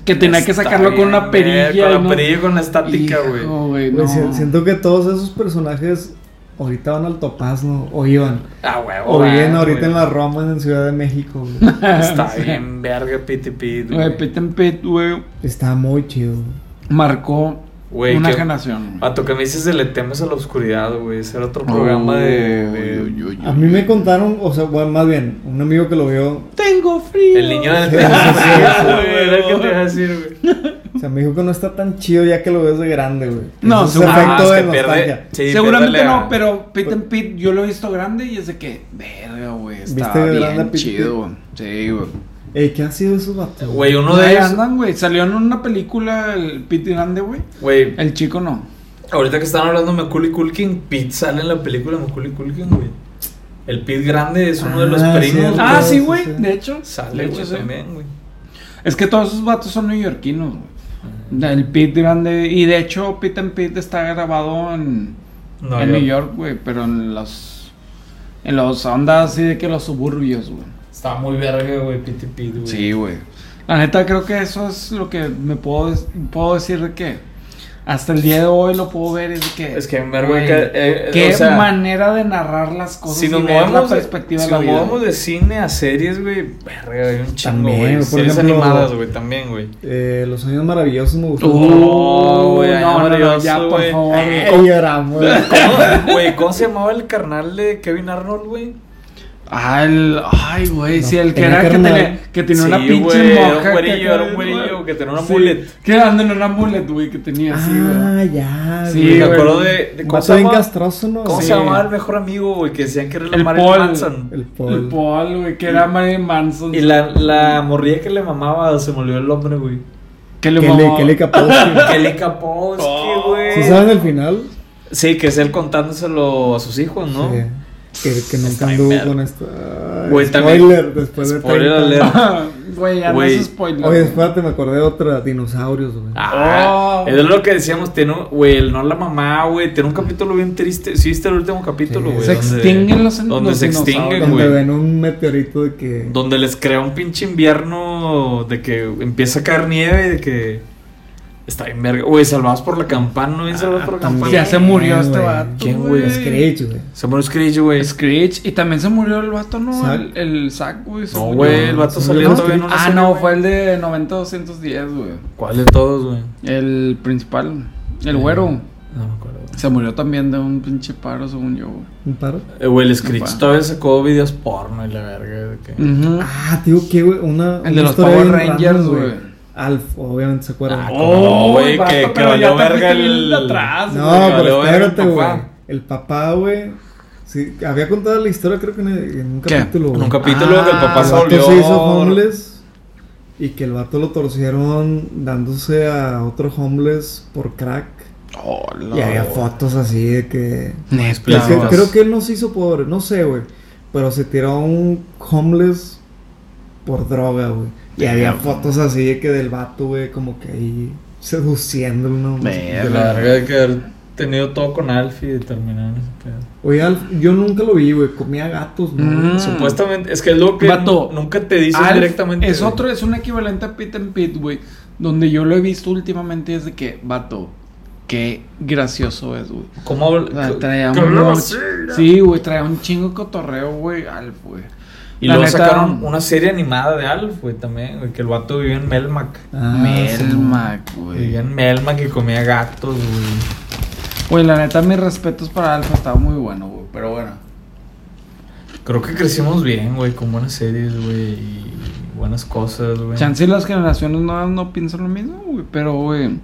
C: Que tenía que
B: Está
C: sacarlo con
B: bien, eh,
C: una perilla.
B: Con la
C: ¿no?
B: perilla y con la estática,
C: Hijo,
B: güey.
C: güey,
D: Güey, si-
C: no.
D: Siento que todos esos personajes ahorita van al Topaz, ¿no? O iban.
B: Ah, güey,
D: O
B: güey,
D: bien ahorita
B: güey.
D: en la Roma, en Ciudad de México,
B: *laughs*
D: güey.
C: *laughs*
B: Está bien, verga, Pete y Pete,
C: Güey,
B: güey.
C: Pit and Pit, güey.
D: Está muy chido.
C: marcó
B: Güey,
C: Una
B: que-
C: generación. güey.
B: Vato, que me dices de Le temes a la oscuridad, güey. Ese era
D: Oh,
B: otro programa de, de-
C: Uy, uy, uy, uy.
D: A mí me contaron, o sea, bueno, más bien, un amigo que lo vio,
E: Tengo frío.
B: El niño del
D: *laughs* Sí,
B: tenis,
D: sí, sí,
B: güey,
F: sí,
B: Era el que
F: güey.
B: te iba a decir, güey.
D: o sea, me dijo que no está tan chido ya que lo ves de grande, güey.
C: No,
D: Ese
C: seguro-
D: efecto
B: Ah, es
D: de
B: que pierde-
D: nostalgia.
B: sí,
C: Seguramente
B: pierde la-
C: no, pero Pit and Pit yo lo he visto grande y es de que, verga, güey, está
D: ¿Viste de grande a
C: bien
D: Pit
C: chido, güey. Sí, güey.
D: Ey, ¿qué han sido esos vatos?
B: Güey, uno
C: No
B: de ellos.
C: andan, güey. Salió en una película el Pit grande, güey.
B: Güey,
C: El chico no.
B: ahorita que están hablando de Macaulay Culkin, Pete sale en la película de Macaulay Culkin, güey. El Pete grande es uno de los
D: Ah,
B: primos.
D: cierto.
B: güey.
C: Ah, sí,
D: sí,
C: güey.
D: sí.
C: De hecho.
B: Sale,
C: de hecho,
B: güey,
C: sí.
B: también, güey.
C: Es que todos esos vatos son neoyorquinos, güey. El Pit grande. Y de hecho, Pit and Pit está grabado en,
B: No,
C: en
B: yo-
C: New York, güey. Pero en los. En los ondas así de que los suburbios, güey.
B: Está muy verga, güey, Pete y Pete, güey.
C: Sí, güey. La neta, creo que eso es lo que me puedo, des- puedo decir de que hasta el día de hoy lo puedo ver. Es de que.
B: Es que, verga,
C: güey,
B: que- eh, eh,
C: qué
B: o sea,
C: manera de narrar las cosas.
B: Si nos
C: y ver
B: movemos,
C: la
B: de,
C: perspectiva
B: si
C: de la
B: nos
C: vida.
B: movemos de cine a series, güey, verga, hay un chingo,
D: También,
B: güey.
D: por
B: Series
D: ejemplo-
B: animadas, güey, también, güey.
D: Eh, los años maravillosos me gustó.
C: Uh, eh,
B: No, güey,
C: no, no, no,
B: maravilloso,
C: ya, por
B: güey.
C: favor.
D: Ey, lloramos, güey.
B: ¿Cómo- Güey, ¿cómo se llamaba el carnal de Kevin Arnold, güey?
C: Ah, el- ay, güey,
D: No,
C: sí, el que
D: tenía
C: era que,
D: carnal.
C: tenía, que tenía una
B: Sí,
C: pinche
B: güey, era un
C: moja. que
B: güerillo,
C: acá,
B: era un
C: güey.
B: güey, que tenía una
C: Sí,
B: mullet.
C: Que andaba en una mullet, güey, que tenía así, güey.
D: Ah, ya,
C: Sí,
B: me
D: güey.
C: güey.
B: acuerdo de, de
D: Un
B: cómo
D: vato
B: se
D: bien
B: llama-
D: castroso, ¿no?
B: ¿Cómo
D: Sí.
B: se llamaba el mejor amigo, güey? Que decían que era
C: El
B: el Marilyn
C: Paul.
B: Manson.
D: El
C: El
D: Paul.
C: Paul, güey, que era Marilyn Manson.
B: Y la, la morrilla que le mamaba, se me olvidó el nombre, güey.
C: que
D: Que
C: le
D: le,
C: mamó.
D: que le capó, sí.
B: Que le
D: *laughs*
B: capó, güey.
D: ¿Sí saben el final?
B: Sí, que es él contándoselo a sus hijos, ¿no?
D: Sí. Que, que nunca
B: Está
D: anduvo
B: bien,
D: con esto. Ay,
B: Güey, también-
D: spoiler, después de
B: Spoiler
D: 30.
B: alert.
C: *laughs* Güey, ya
B: Güey.
C: no es spoiler.
D: Oye,
C: güey.
D: espérate, me acordé de otra, dinosaurios, güey.
B: Ah,
C: Oh.
B: es lo que decíamos, tiene un, güey, el no la mamá, güey, tiene un capítulo bien triste. Sí, viste el último capítulo,
D: Sí.
B: güey.
C: Se
B: donde-
C: extinguen los-
B: Donde
C: los
B: se extingue,
C: dinosaurios.
D: Donde
B: güey.
D: ven un meteorito de que.
B: Donde les crea un pinche invierno de que empieza a caer nieve, de que está bien verga. Güey, salvados por la campana, ¿no? bien salvados por la
D: Ah, también.
B: campana.
C: Ah, Ya se murió
D: Güey.
C: este vato.
B: ¿Quién,
D: güey, Screech, güey.
B: Se murió Screech, güey.
C: Screech. Y también se murió el vato, ¿no?
D: Zack.
C: El, el Zack, güey. se
B: No,
C: murió.
B: güey, el vato
D: ¿No?
B: salió todavía en una
C: Ah,
B: serie,
C: no,
B: güey.
C: fue el de 90-210, güey.
B: ¿Cuál de todos, güey?
C: El principal. El güero.
B: No me acuerdo.
C: Se murió también de un pinche paro, según yo, güey.
D: ¿Un paro?
B: Eh, Güey, el Screech
C: Opa.
B: todavía sacó videos porno y la verga. de que-
D: Ah, tío, qué, güey. Una.
C: El
D: una
C: de los
D: historia
C: Power
D: bien
C: Rangers,
D: random,
C: güey.
D: Alf, obviamente se acuerdan.
B: Ah, Oh, güey,
C: vato,
B: que- que
C: pero
B: valió
C: ya te
B: verga
C: fuiste bien
B: el-
C: de atrás,
D: No,
C: güey.
B: Ah, güey, valió
D: pero
B: verga el
D: espérate, güey.
B: papá.
D: El papá, güey. Sí, había contado la historia, creo que en, en un
C: ¿Qué?
D: capítulo.
B: En
D: güey.
B: un capítulo
C: Ah,
B: que el papá
D: el
B: se
D: vato
B: volvió.
D: se hizo homeless y que el vato lo torcieron dándose a otro homeless por crack.
C: Hola.
D: Y había fotos así de que.
C: Neta,
D: Es que
C: güey.
D: creo que él no se hizo pobre, no sé, güey. Pero se tiró a un homeless por droga, güey. Y había fotos así de que del vato, güey, como que ahí seduciéndolo, ¿no?
B: De la verga de que haber tenido todo con Alfie y terminar en ese pedo.
C: Hmm.
D: Oye, Alf, yo nunca lo vi, güey. Comía gatos, ¿no?
C: Mm.
B: Supuestamente, es que es lo que
C: Vato,
B: nunca te dicen
C: Alf
B: directamente.
C: Es
B: güey.
C: otro, es un equivalente a Pit and Pit, güey. Donde yo lo he visto últimamente es de que, vato, qué gracioso es, güey.
B: ¿Cómo
C: O
B: habla?
C: sea,
B: que-
C: Ah, traía
B: que
C: un
B: hablaba
C: mucho-
B: así, ¿no?
C: Sí, güey, traía un chingo de cotorreo, güey, al, güey.
B: Y
C: La
B: luego
C: neta-
D: Ah,
B: sacaron una serie animada de Alf, güey, también, güey, que el vato vivía en Melmac.
D: Ah, sí.
C: Melmac,
B: Vivía
C: güey.
B: en Melmac y comía gatos, güey.
C: Güey, la neta, mis respetos para Alfa, estaba muy bueno, güey. Pero bueno.
B: Creo que crecimos bien, güey, con buenas series, güey, y buenas cosas, güey.
C: Chance y las generaciones nuevas no piensan lo mismo, güey. Pero, güey.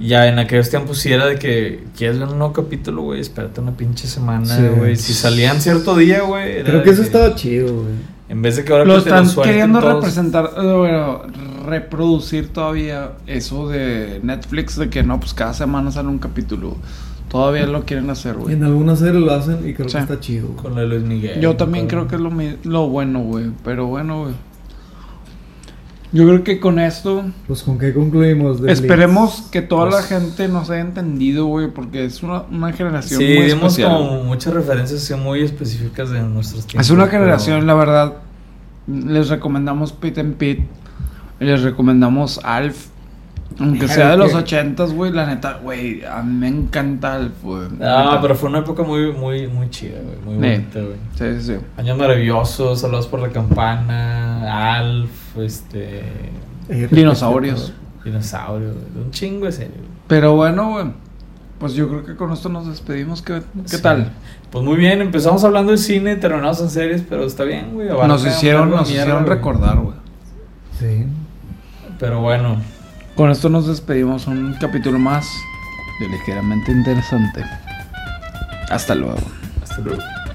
B: Ya en aquellos tiempos sí era de que quieres ver un nuevo capítulo, güey, espérate una pinche semana,
D: Sí.
B: güey. Si salían cierto día, güey. era
D: Creo
B: de
D: que eso estaba chido, güey.
B: En vez de que ahora
C: Lo
B: que te
C: están
B: suelten
C: queriendo
B: todos-
C: representar, eh, bueno, reproducir todavía eso de Netflix de que no, pues cada semana sale un capítulo. Todavía lo quieren hacer, güey.
D: En algunas series lo hacen y creo
C: Sí.
D: que está chido, güey.
B: Con la de Luis Miguel.
C: Yo también creo que es lo, mi- lo bueno, güey. Pero bueno, güey. Yo creo que con esto
D: Pues con qué concluimos. de
C: esperemos que toda la
B: Pues-
C: gente nos haya entendido, güey, porque es una, una generación
B: Sí,
C: muy
B: dimos
C: especial.
B: como muchas referencias así muy específicas de nuestros tiempos.
C: Es una
B: pero-
C: generación, la verdad. Les recomendamos Pit and Pit. Les recomendamos Alf. Aunque
D: Ay,
C: sea de los
D: qué-
C: ochentas, güey, la neta, güey, a mí me encanta Alf, güey.
B: Ah, pero fue una época muy, muy, muy chida, güey. Muy
C: Sí.
B: bonita, güey.
C: Sí, sí, sí.
B: Años maravillosos, saludos por la campana, Alf, este.
D: Blitz. Eh,
C: Dinosaurios.
B: Dinosaurio, güey. Un chingo de serio. güey.
C: Pero bueno, güey. Pues yo creo que con esto nos despedimos. ¿Qué, qué
B: Sí.
C: tal?
B: Pues muy bien, empezamos hablando de cine, terminamos en series, pero está bien, güey. abarca
C: Nos hicieron,
B: algo de
C: nos
B: mierda,
C: hicieron
B: güey.
C: recordar, güey.
D: Sí.
B: Pero bueno,
C: Con esto nos despedimos. Un capítulo más de ligeramente interesante. Hasta luego.
B: hasta luego.